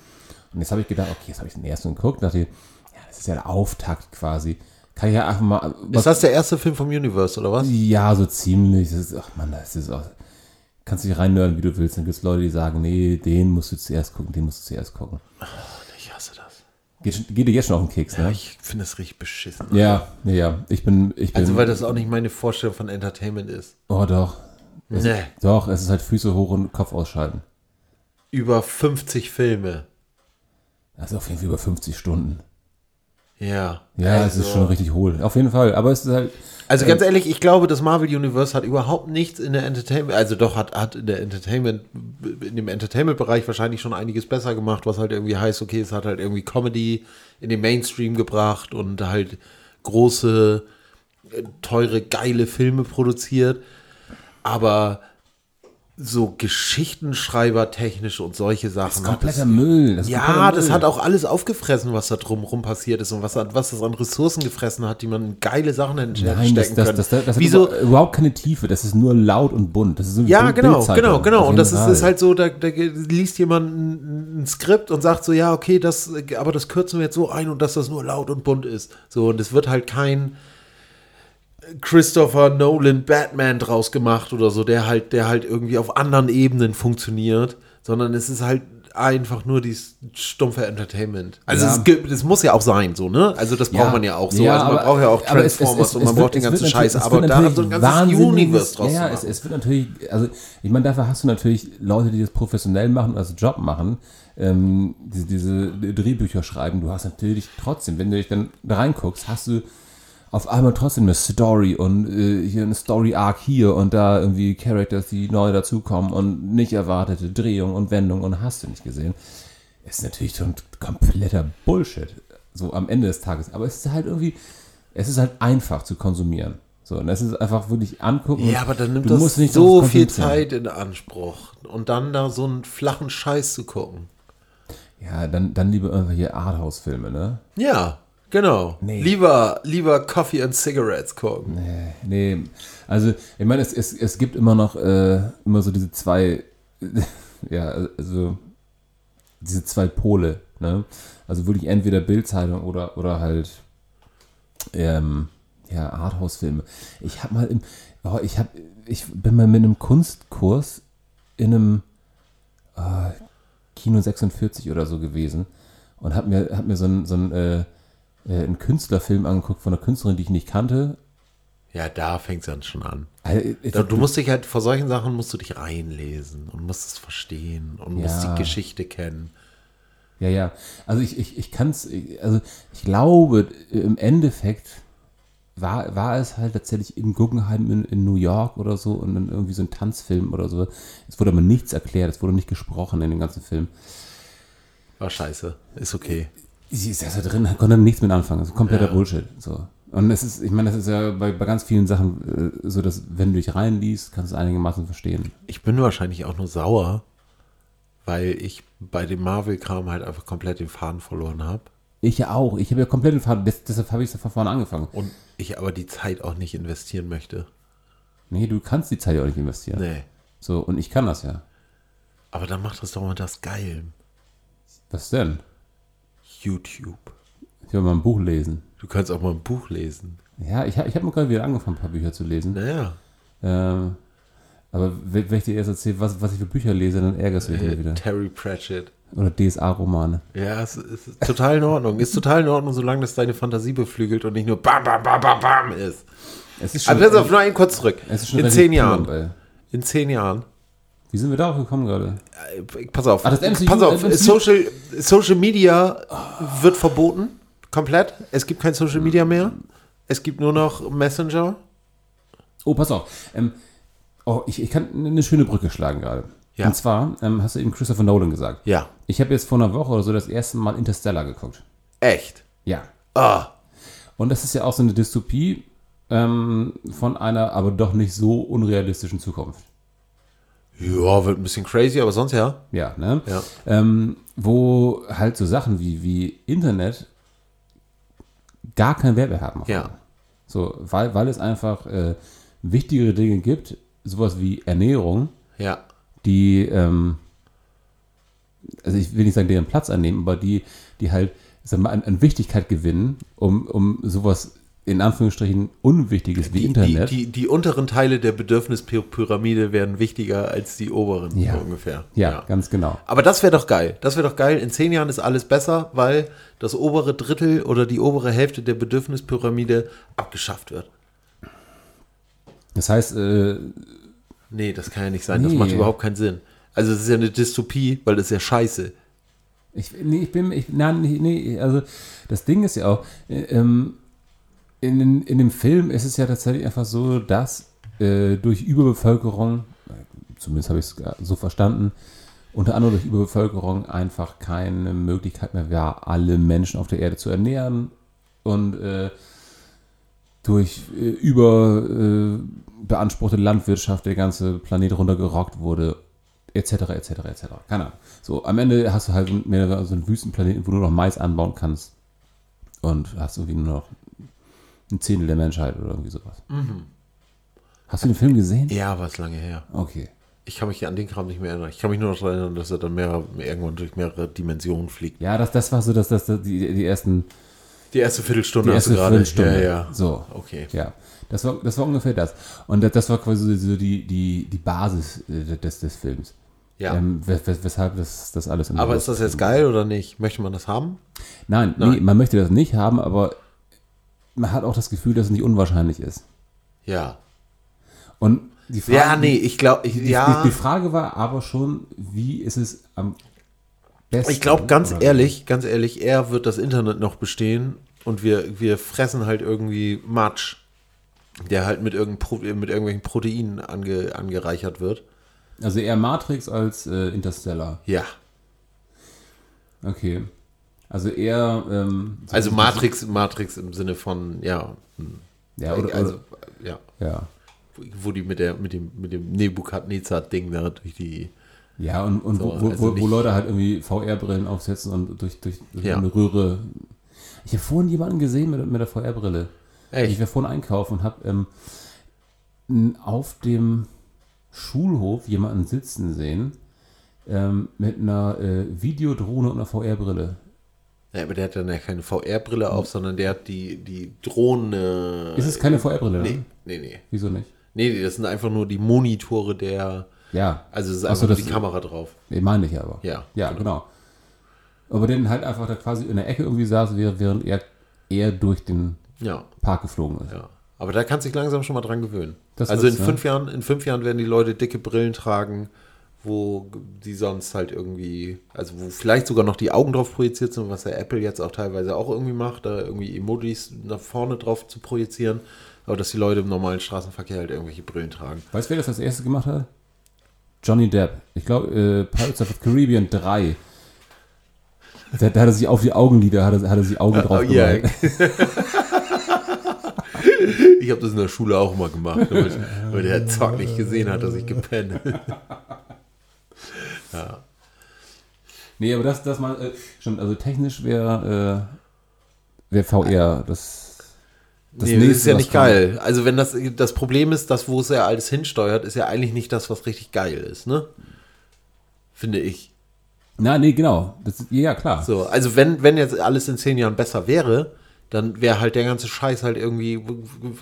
Speaker 3: Und jetzt habe ich gedacht, okay, jetzt habe ich den ersten geguckt, dachte ich, ja, das ist ja der Auftakt quasi. Kann ich ja einfach mal. was-
Speaker 4: Ist das der erste Film vom Universe, oder was?
Speaker 3: ja, so ziemlich. Das ist, ach man, das ist auch. Kannst dich reinnörden, wie du willst. Dann gibt es Leute, die sagen, nee, den musst du zuerst gucken, den musst du zuerst gucken.
Speaker 4: Ich hasse das.
Speaker 3: Geht, schon- geht dir jetzt schon auf den Keks, ne?
Speaker 4: Ich finde es richtig beschissen.
Speaker 3: Ja, ja, ja. Ich bin, ich bin.
Speaker 4: Also, weil das auch nicht meine Vorstellung von Entertainment ist.
Speaker 3: oh, doch.
Speaker 4: Nee.
Speaker 3: Doch, es ist halt Füße hoch und Kopf ausschalten.
Speaker 4: Über 50 Filme.
Speaker 3: Das ist auf jeden Fall über 50 Stunden.
Speaker 4: Ja.
Speaker 3: Ja, es ist schon richtig hohl. Auf jeden Fall. Aber es ist halt.
Speaker 4: Also ganz ehrlich, ich glaube, das Marvel Universe hat überhaupt nichts in der Entertainment, also doch hat, hat in der Entertainment, in dem Entertainment-Bereich wahrscheinlich schon einiges besser gemacht, was halt irgendwie heißt, okay, es hat halt irgendwie Comedy in den Mainstream gebracht und halt große, äh, teure, geile Filme produziert. Aber so Geschichtenschreiber-technisch und solche Sachen.
Speaker 3: Das ist
Speaker 4: hat
Speaker 3: kompletter
Speaker 4: es-
Speaker 3: Müll. Das ist
Speaker 4: ja,
Speaker 3: kompletter
Speaker 4: das
Speaker 3: Müll.
Speaker 4: hat auch alles aufgefressen, was da drumherum passiert ist und was, was das an Ressourcen gefressen hat, die man in geile Sachen hätte
Speaker 3: Nein, das,
Speaker 4: stecken
Speaker 3: das,
Speaker 4: können.
Speaker 3: das, das, das
Speaker 4: Wieso?
Speaker 3: hat überhaupt keine Tiefe. Das ist nur laut und bunt. Das ist so wie so
Speaker 4: Ja,
Speaker 3: eine
Speaker 4: genau,
Speaker 3: Bildzeitung.
Speaker 4: genau, genau.
Speaker 3: Auf
Speaker 4: Und das
Speaker 3: jeden
Speaker 4: ist, ist
Speaker 3: Fall.
Speaker 4: halt so, da, da liest jemand ein, ein Skript und sagt so, ja, okay, das, äh, aber das kürzen wir jetzt so ein und dass das nur laut und bunt ist. So, und es wird halt kein äh, Christopher Nolan Batman draus gemacht oder so, der halt, der halt irgendwie auf anderen Ebenen funktioniert, sondern es ist halt einfach nur dieses stumpfe Entertainment. Also
Speaker 3: Ja.
Speaker 4: es, gibt, es muss ja auch sein, so, ne? Also das braucht man ja auch so. also man braucht ja auch
Speaker 3: aber es- es-
Speaker 4: Transformers
Speaker 3: es-
Speaker 4: und
Speaker 3: es
Speaker 4: man
Speaker 3: wird-
Speaker 4: braucht den
Speaker 3: es wird
Speaker 4: ganzen
Speaker 3: natürlich-
Speaker 4: Scheiß,
Speaker 3: es wird
Speaker 4: aber da
Speaker 3: natürlich
Speaker 4: so ein ganzes
Speaker 3: wahnsinniges-
Speaker 4: Universe draus zu
Speaker 3: Ja, es,
Speaker 4: machen.
Speaker 3: es wird natürlich, also ich meine, dafür hast du natürlich Leute, die das professionell machen, also Job machen, ähm, diese, diese Drehbücher schreiben. Du hast natürlich trotzdem, wenn du dich dann da reinguckst, hast du auf einmal trotzdem eine Story und äh, hier eine Story Arc hier und da irgendwie Characters, die neu dazukommen und nicht erwartete Drehung und Wendung und hast du nicht gesehen. Ist natürlich schon kompletter Bullshit. So am Ende des Tages. Aber es ist halt irgendwie, es ist halt einfach zu konsumieren. So, und das ist einfach wirklich angucken.
Speaker 4: Ja, aber dann nimmt
Speaker 3: Du
Speaker 4: das
Speaker 3: musst nicht
Speaker 4: so
Speaker 3: drauf
Speaker 4: viel
Speaker 3: konzentrieren.
Speaker 4: Zeit in Anspruch. Und dann da so einen flachen Scheiß zu gucken.
Speaker 3: Ja, dann, dann lieber irgendwelche Arthouse-Filme, ne?
Speaker 4: Ja, genau.
Speaker 3: Nee.
Speaker 4: Lieber, lieber Coffee and Cigarettes gucken.
Speaker 3: Nee, also ich meine, es, es, es gibt immer noch äh, immer so diese zwei, ja, also diese zwei Pole, ne? Also wirklich entweder Bildzeitung oder, oder halt ähm, ja, Arthouse-Filme. Ich habe mal im, oh, ich hab, ich bin mal mit einem Kunstkurs in einem äh, Kino 46 oder so gewesen und hab mir, hab mir so einen, so einen, äh, äh, einen Künstlerfilm angeguckt von einer Künstlerin, die ich nicht kannte
Speaker 4: Ja, da fängt es dann schon an.
Speaker 3: also,
Speaker 4: Da- Du musst dich halt, vor solchen Sachen musst du dich reinlesen und musst es verstehen und musst
Speaker 3: Ja.
Speaker 4: die Geschichte kennen.
Speaker 3: ja, ja. Also ich, ich, ich kann es, also ich glaube, im Endeffekt war, war es halt tatsächlich im Guggenheim in, in New York oder so und dann irgendwie so ein Tanzfilm oder so. Es wurde aber nichts erklärt, es wurde nicht gesprochen in dem ganzen Film.
Speaker 4: War scheiße. Ist okay.
Speaker 3: Sie ist erst da drin, konnte nichts mit anfangen. Das ist kompletter Bullshit. So. Und es ist, ich meine, das ist ja bei, bei ganz vielen Sachen äh, so, dass wenn du dich reinliest, kannst du es einigermaßen verstehen.
Speaker 4: Ich bin wahrscheinlich auch nur sauer, weil ich bei dem Marvel-Kram halt einfach komplett den Faden verloren habe.
Speaker 3: Ich ja auch. Ich habe ja komplett den Faden. des- Deshalb habe ich es von vorne angefangen.
Speaker 4: Und ich aber die Zeit auch nicht investieren möchte.
Speaker 3: Nee, du kannst die Zeit ja auch nicht investieren.
Speaker 4: Nee.
Speaker 3: So, und ich kann das ja.
Speaker 4: Aber dann macht das doch mal das geil.
Speaker 3: Was denn?
Speaker 4: YouTube.
Speaker 3: Ich will mal ein Buch lesen.
Speaker 4: Du kannst auch mal ein Buch lesen.
Speaker 3: Ja, ich, hab- ich habe mal gerade wieder angefangen, ein paar Bücher zu lesen.
Speaker 4: Naja.
Speaker 3: Ähm, aber wenn wenn ich dir erst erzähle, was, was ich für Bücher lese, dann ärgerst du dich
Speaker 4: Äh,
Speaker 3: mir wieder.
Speaker 4: Terry Pratchett.
Speaker 3: Oder DSA-Romane.
Speaker 4: Ja, es ist, ist total in Ordnung. Ist total in Ordnung, solange das deine Fantasie beflügelt und nicht nur bam, bam, bam, bam, bam ist.
Speaker 3: Es ist
Speaker 4: Aber pass auf, nur einen kurz zurück.
Speaker 3: es ist schon
Speaker 4: Ah, in
Speaker 3: relativ
Speaker 4: zehn
Speaker 3: cool,
Speaker 4: Jahren.
Speaker 3: ey.
Speaker 4: in zehn Jahren.
Speaker 3: Wie sind wir darauf gekommen gerade?
Speaker 4: Äh, Pass auf.
Speaker 3: Ah, das MCU
Speaker 4: pass auf.
Speaker 3: MCU
Speaker 4: Social, Social Media wird verboten. Komplett. Es gibt kein Social Media mehr. Es gibt nur noch Messenger.
Speaker 3: Oh, pass auf. Ähm, oh, ich, ich kann eine schöne Brücke schlagen gerade.
Speaker 4: Ja.
Speaker 3: Und zwar ähm, hast du eben Christopher Nolan gesagt.
Speaker 4: Ja.
Speaker 3: Ich habe jetzt vor einer Woche oder so das erste Mal Interstellar geguckt.
Speaker 4: Echt.
Speaker 3: Ja.
Speaker 4: Ah.
Speaker 3: Und das ist ja auch so eine Dystopie ähm, von einer aber doch nicht so unrealistischen Zukunft.
Speaker 4: Ja, wird ein bisschen crazy, aber sonst ja.
Speaker 3: Ja, ne?
Speaker 4: Ja.
Speaker 3: Ähm, wo halt so Sachen wie, wie Internet gar keinen Wert mehr haben. auf einmal. So, weil, weil es einfach äh, wichtigere Dinge gibt, sowas wie Ernährung,
Speaker 4: Ja.
Speaker 3: die, ähm, also ich will nicht sagen, deren Platz annehmen, aber die, die halt ich sag mal, an, an Wichtigkeit gewinnen, um, um sowas in Anführungsstrichen Unwichtiges wie
Speaker 4: Die, die,
Speaker 3: Internet.
Speaker 4: die, die unteren Teile der Bedürfnispyramide werden wichtiger als die oberen,
Speaker 3: Ja.
Speaker 4: so ungefähr.
Speaker 3: ja, ganz genau.
Speaker 4: Aber das wäre doch geil. Das wäre doch geil. In zehn Jahren ist alles besser, weil das obere Drittel oder die obere Hälfte der Bedürfnispyramide abgeschafft wird.
Speaker 3: Das heißt, äh,
Speaker 4: Nee, das kann ja nicht sein. Das
Speaker 3: Nee.
Speaker 4: macht überhaupt keinen Sinn. Also es ist ja eine Dystopie, weil das ist ja scheiße.
Speaker 3: Ich, nee, ich bin, ich, nein, nee, nee, also das Ding ist ja auch, äh, ähm, in, den- in dem Film ist es ja tatsächlich einfach so, dass äh, durch Überbevölkerung, äh, zumindest habe ich es so verstanden, unter anderem durch Überbevölkerung einfach keine Möglichkeit mehr war, alle Menschen auf der Erde zu ernähren und äh, durch äh, über äh, beanspruchte Landwirtschaft der ganze Planet runtergerockt wurde etc., etc., etc. Keine Ahnung. So, am Ende hast du halt mehr oder weniger so einen Wüstenplaneten, wo du nur noch Mais anbauen kannst und hast irgendwie nur noch ein Zehntel der Menschheit oder irgendwie sowas. Hast du den Film gesehen?
Speaker 4: Ja, war es lange her.
Speaker 3: Okay.
Speaker 4: Ich kann mich an den Kram nicht mehr erinnern. Ich kann mich nur noch daran erinnern, dass er dann mehrere, irgendwann durch mehrere Dimensionen fliegt.
Speaker 3: Ja, das, das war so, dass das, das die, die ersten,
Speaker 4: Die erste Viertelstunde
Speaker 3: die erste
Speaker 4: hast du gerade.
Speaker 3: Viertelstunde.
Speaker 4: Ja, ja.
Speaker 3: So.
Speaker 4: Okay.
Speaker 3: Ja. Das war, das war ungefähr das. Und das, das war quasi so die, die, die Basis äh, des, des Films.
Speaker 4: Ja.
Speaker 3: Ähm, wes- wes- weshalb das, das alles im
Speaker 4: Aber ist das jetzt geil oder nicht? Möchte man das haben?
Speaker 3: Nein, Nee,
Speaker 4: Nein.
Speaker 3: man möchte das nicht haben, aber man hat auch das Gefühl, dass es nicht unwahrscheinlich ist.
Speaker 4: Ja.
Speaker 3: Und die Frage,
Speaker 4: Ja, nee, ich glaube, ich,
Speaker 3: die,
Speaker 4: ja.
Speaker 3: die, die Frage war aber schon, wie ist es am besten?
Speaker 4: Ich glaube, ganz
Speaker 3: Oder-
Speaker 4: ehrlich, ganz ehrlich, eher wird das Internet noch bestehen und wir, wir fressen halt irgendwie Matsch, der halt mit, irgend, Pro- mit irgendwelchen Proteinen ange, angereichert wird.
Speaker 3: Also eher Matrix als äh, Interstellar.
Speaker 4: Ja.
Speaker 3: Okay. Also eher. Ähm, so-
Speaker 4: Also Matrix, Matrix im Sinne von, ja, hm,
Speaker 3: Ja, oder, oder,
Speaker 4: also, ja,
Speaker 3: ja.
Speaker 4: wo die mit der, mit dem, mit dem Nebukadnezar-Ding da durch die,
Speaker 3: Ja, und, und
Speaker 4: So,
Speaker 3: wo, wo,
Speaker 4: also
Speaker 3: wo- wo
Speaker 4: nicht-
Speaker 3: Leute halt irgendwie VR-Brillen aufsetzen und durch, durch, durch
Speaker 4: Ja.
Speaker 3: eine Röhre. Ich habe vorhin jemanden gesehen mit, mit der VR-Brille.
Speaker 4: Echt?
Speaker 3: Ich war vorhin einkaufen und habe ähm, n- auf dem Schulhof jemanden sitzen sehen ähm, mit einer äh, Videodrohne und einer VR-Brille.
Speaker 4: ja, aber der hat dann ja keine VR-Brille auf, sondern der hat die, die Drohne.
Speaker 3: Ist es keine VR-Brille?
Speaker 4: Nee,
Speaker 3: Nee.
Speaker 4: nee, nee.
Speaker 3: Wieso nicht?
Speaker 4: Nee, nee, das sind einfach nur die Monitore der,
Speaker 3: Ja,
Speaker 4: also es ist
Speaker 3: Ach
Speaker 4: einfach
Speaker 3: so,
Speaker 4: nur
Speaker 3: das-
Speaker 4: die Kamera drauf.
Speaker 3: ich meine ich aber.
Speaker 4: Ja,
Speaker 3: ja genau. Aber den halt einfach da quasi in der Ecke irgendwie saß, während während er, er durch den
Speaker 4: Ja,
Speaker 3: Park geflogen ist.
Speaker 4: ja. Aber da kannst du dich langsam schon mal dran gewöhnen.
Speaker 3: Das
Speaker 4: also in
Speaker 3: wird's, ne?
Speaker 4: fünf Jahren, in fünf Jahren werden die Leute dicke Brillen tragen, wo die sonst halt irgendwie, also wo vielleicht sogar noch die Augen drauf projiziert sind, was ja Apple jetzt auch teilweise auch irgendwie macht, da irgendwie Emojis nach vorne drauf zu projizieren, aber dass die Leute im normalen Straßenverkehr halt irgendwelche Brillen tragen.
Speaker 3: Weißt du, wer das als erstes gemacht hat? Johnny Depp. Ich glaube, äh, Pirates of the Caribbean 3. Da, da hat er sich auf die Augenlider, hat er, hat er sich Augen drauf
Speaker 4: Oh, ja.
Speaker 3: gemalt.
Speaker 4: ich habe das in der Schule auch mal gemacht, weil weil der Zock nicht gesehen hat, dass ich gepennt.
Speaker 3: Nee, aber das, das mal, äh, stimmt, also technisch wäre Wäre VR, das, das
Speaker 4: nee, das ist ja
Speaker 3: was
Speaker 4: nicht
Speaker 3: kommt.
Speaker 4: geil. Also wenn das das Problem ist, das wo es ja alles hinsteuert, ist ja eigentlich nicht das, was richtig geil ist, ne? Finde ich.
Speaker 3: Na, nee, genau. Das, ist- ja, klar.
Speaker 4: So, also wenn wenn jetzt alles in zehn Jahren besser wäre, dann wäre halt der ganze Scheiß halt irgendwie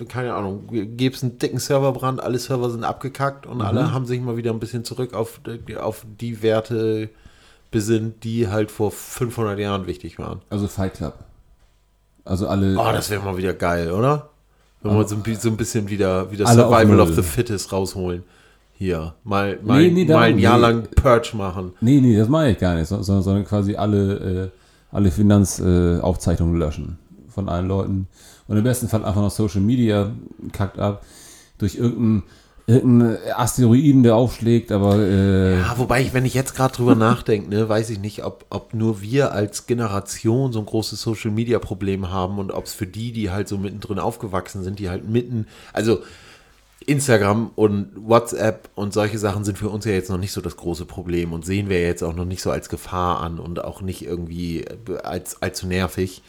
Speaker 4: keine Ahnung, gäbe es einen dicken Serverbrand, alle Server sind abgekackt und
Speaker 3: Mhm.
Speaker 4: alle haben sich mal wieder ein bisschen zurück auf auf die Werte besinnt, die halt vor 500 Jahren wichtig waren.
Speaker 3: Also Fight Club. Also alle.
Speaker 4: Oh, das wäre mal wieder geil, oder? Wenn wir so ein, bi- so ein bisschen wieder, wieder
Speaker 3: Alle auf
Speaker 4: Survival
Speaker 3: Null.
Speaker 4: of the Fittest rausholen. Hier, mal, mal,
Speaker 3: Nee, nee, darum
Speaker 4: mal ein Jahr
Speaker 3: nee.
Speaker 4: lang Purge machen.
Speaker 3: nee, nee, das meine ich gar nicht, so- sondern, sondern quasi alle, äh, alle Finanzaufzeichnungen äh, Aufzeichnungen löschen von allen Leuten. Und im besten Fall einfach noch Social Media kackt ab durch irgendeinen irgendeinen Asteroiden, der aufschlägt, aber äh,
Speaker 4: Ja, wobei ich, wenn ich jetzt gerade drüber nachdenke, ne, weiß ich nicht, ob, ob nur wir als Generation so ein großes Social Media Problem haben und ob es für die, die halt so mittendrin aufgewachsen sind, die halt mitten, also Instagram und WhatsApp und solche Sachen sind für uns ja jetzt noch nicht so das große Problem und sehen wir jetzt auch noch nicht so als Gefahr an und auch nicht irgendwie äh, als allzu nervig.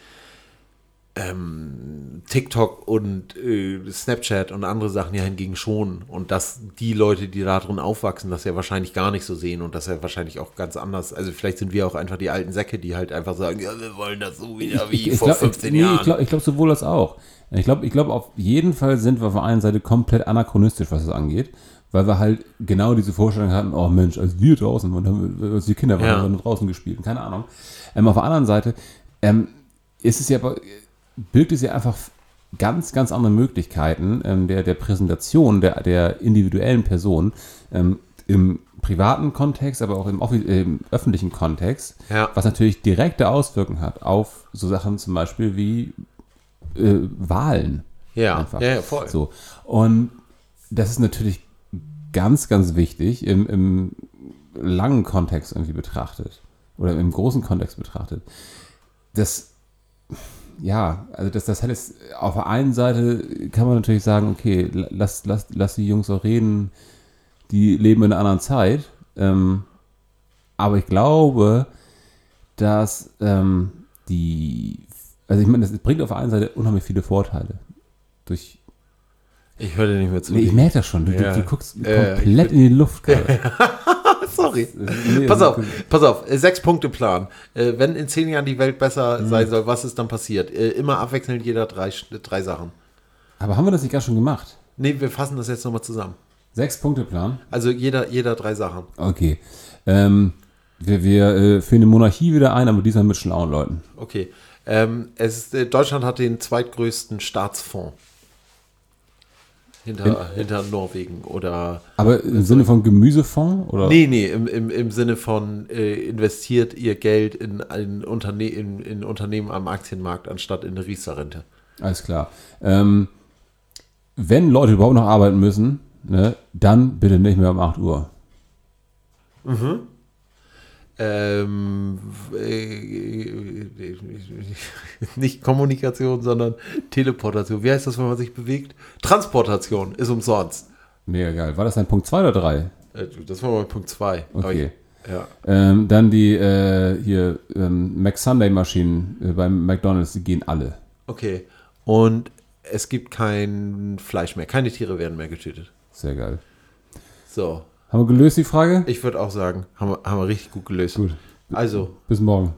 Speaker 4: TikTok und äh, Snapchat und andere Sachen ja hingegen schon. Und dass die Leute, die da drin aufwachsen, das ja wahrscheinlich gar nicht so sehen und das ja wahrscheinlich auch ganz anders. Also vielleicht sind wir auch einfach die alten Säcke, die halt einfach sagen, ja, wir wollen das so wieder wie vor
Speaker 3: glaub-
Speaker 4: 15
Speaker 3: nee,
Speaker 4: Jahren.
Speaker 3: Ich glaube ich glaub sowohl als auch. Ich glaube, ich glaub, auf jeden Fall sind wir auf der einen Seite komplett anachronistisch, was das angeht, weil wir halt genau diese Vorstellung hatten, oh Mensch, als wir draußen waren, haben wir, als wir Kinder waren,
Speaker 4: Ja.
Speaker 3: haben wir draußen gespielt, und keine Ahnung. Ähm, auf der anderen Seite ähm, ist es ja, aber- birgt es ja einfach ganz, ganz andere Möglichkeiten ähm, der, der Präsentation der, der individuellen Person ähm, im privaten Kontext, aber auch im, offi- äh, im öffentlichen Kontext,
Speaker 4: Ja.
Speaker 3: was natürlich direkte Auswirkungen hat auf so Sachen zum Beispiel wie äh, Wahlen.
Speaker 4: ja,
Speaker 3: einfach.
Speaker 4: ja, ja, voll.
Speaker 3: So. Und das ist natürlich ganz, ganz wichtig im, im langen Kontext irgendwie betrachtet oder im großen Kontext betrachtet. Das, ja, also das, das hat jetzt auf der einen Seite kann man natürlich sagen, okay, la- lass, lass, lass die Jungs auch reden, die leben in einer anderen Zeit. Ähm, aber ich glaube, dass ähm, die, also ich meine, das bringt auf der einen Seite unheimlich viele Vorteile. Durch,
Speaker 4: Ich höre dir nicht mehr zu.
Speaker 3: nee, ich merke das schon, du,
Speaker 4: Ja.
Speaker 3: du, du guckst
Speaker 4: Äh, ich
Speaker 3: komplett in die Luft gerade.
Speaker 4: Sorry.
Speaker 3: Nee,
Speaker 4: Pass auf,
Speaker 3: das-
Speaker 4: pass auf, äh, sechs Punkte Plan. Äh, Wenn in zehn Jahren die Welt besser
Speaker 3: Mhm.
Speaker 4: sein soll, was ist dann passiert? Äh, Immer abwechselnd jeder drei, drei Sachen.
Speaker 3: Aber haben wir das nicht gar schon gemacht?
Speaker 4: Nee, wir fassen das jetzt nochmal zusammen.
Speaker 3: Sechs-Punkte-Plan?
Speaker 4: Also jeder, jeder drei Sachen.
Speaker 3: Okay. Ähm, wir wir äh, führen die Monarchie wieder ein, aber diesmal mit schlauen Leuten.
Speaker 4: Okay. Ähm, es ist, äh, Deutschland hat den zweitgrößten Staatsfonds. Hinter, hinter Norwegen oder.
Speaker 3: Aber im Sinne von Gemüsefonds? Oder?
Speaker 4: Nee, nee, im, im, im Sinne von äh, investiert ihr Geld in, ein Unterne in, in Unternehmen am Aktienmarkt anstatt in eine Riester-Rente.
Speaker 3: Alles klar. Ähm, wenn Leute überhaupt noch arbeiten müssen, ne, dann bitte nicht mehr um 8 Uhr.
Speaker 4: Ähm, äh, nicht Kommunikation, sondern Teleportation. Wie heißt das, wenn man sich bewegt? Transportation ist umsonst.
Speaker 3: Mega geil. War das ein Punkt 2 oder 3?
Speaker 4: Äh, Das war mal Punkt 2.
Speaker 3: Okay.
Speaker 4: Ja.
Speaker 3: Ähm, dann die äh, hier ähm, McSunday-Maschinen äh, beim McDonalds, die gehen alle.
Speaker 4: Okay. Und es gibt kein Fleisch mehr. Keine Tiere werden mehr getötet.
Speaker 3: Sehr geil.
Speaker 4: So.
Speaker 3: Haben wir gelöst die Frage?
Speaker 4: Ich würde auch sagen, haben wir, haben wir richtig gut gelöst.
Speaker 3: Gut.
Speaker 4: Also,
Speaker 3: Bis morgen.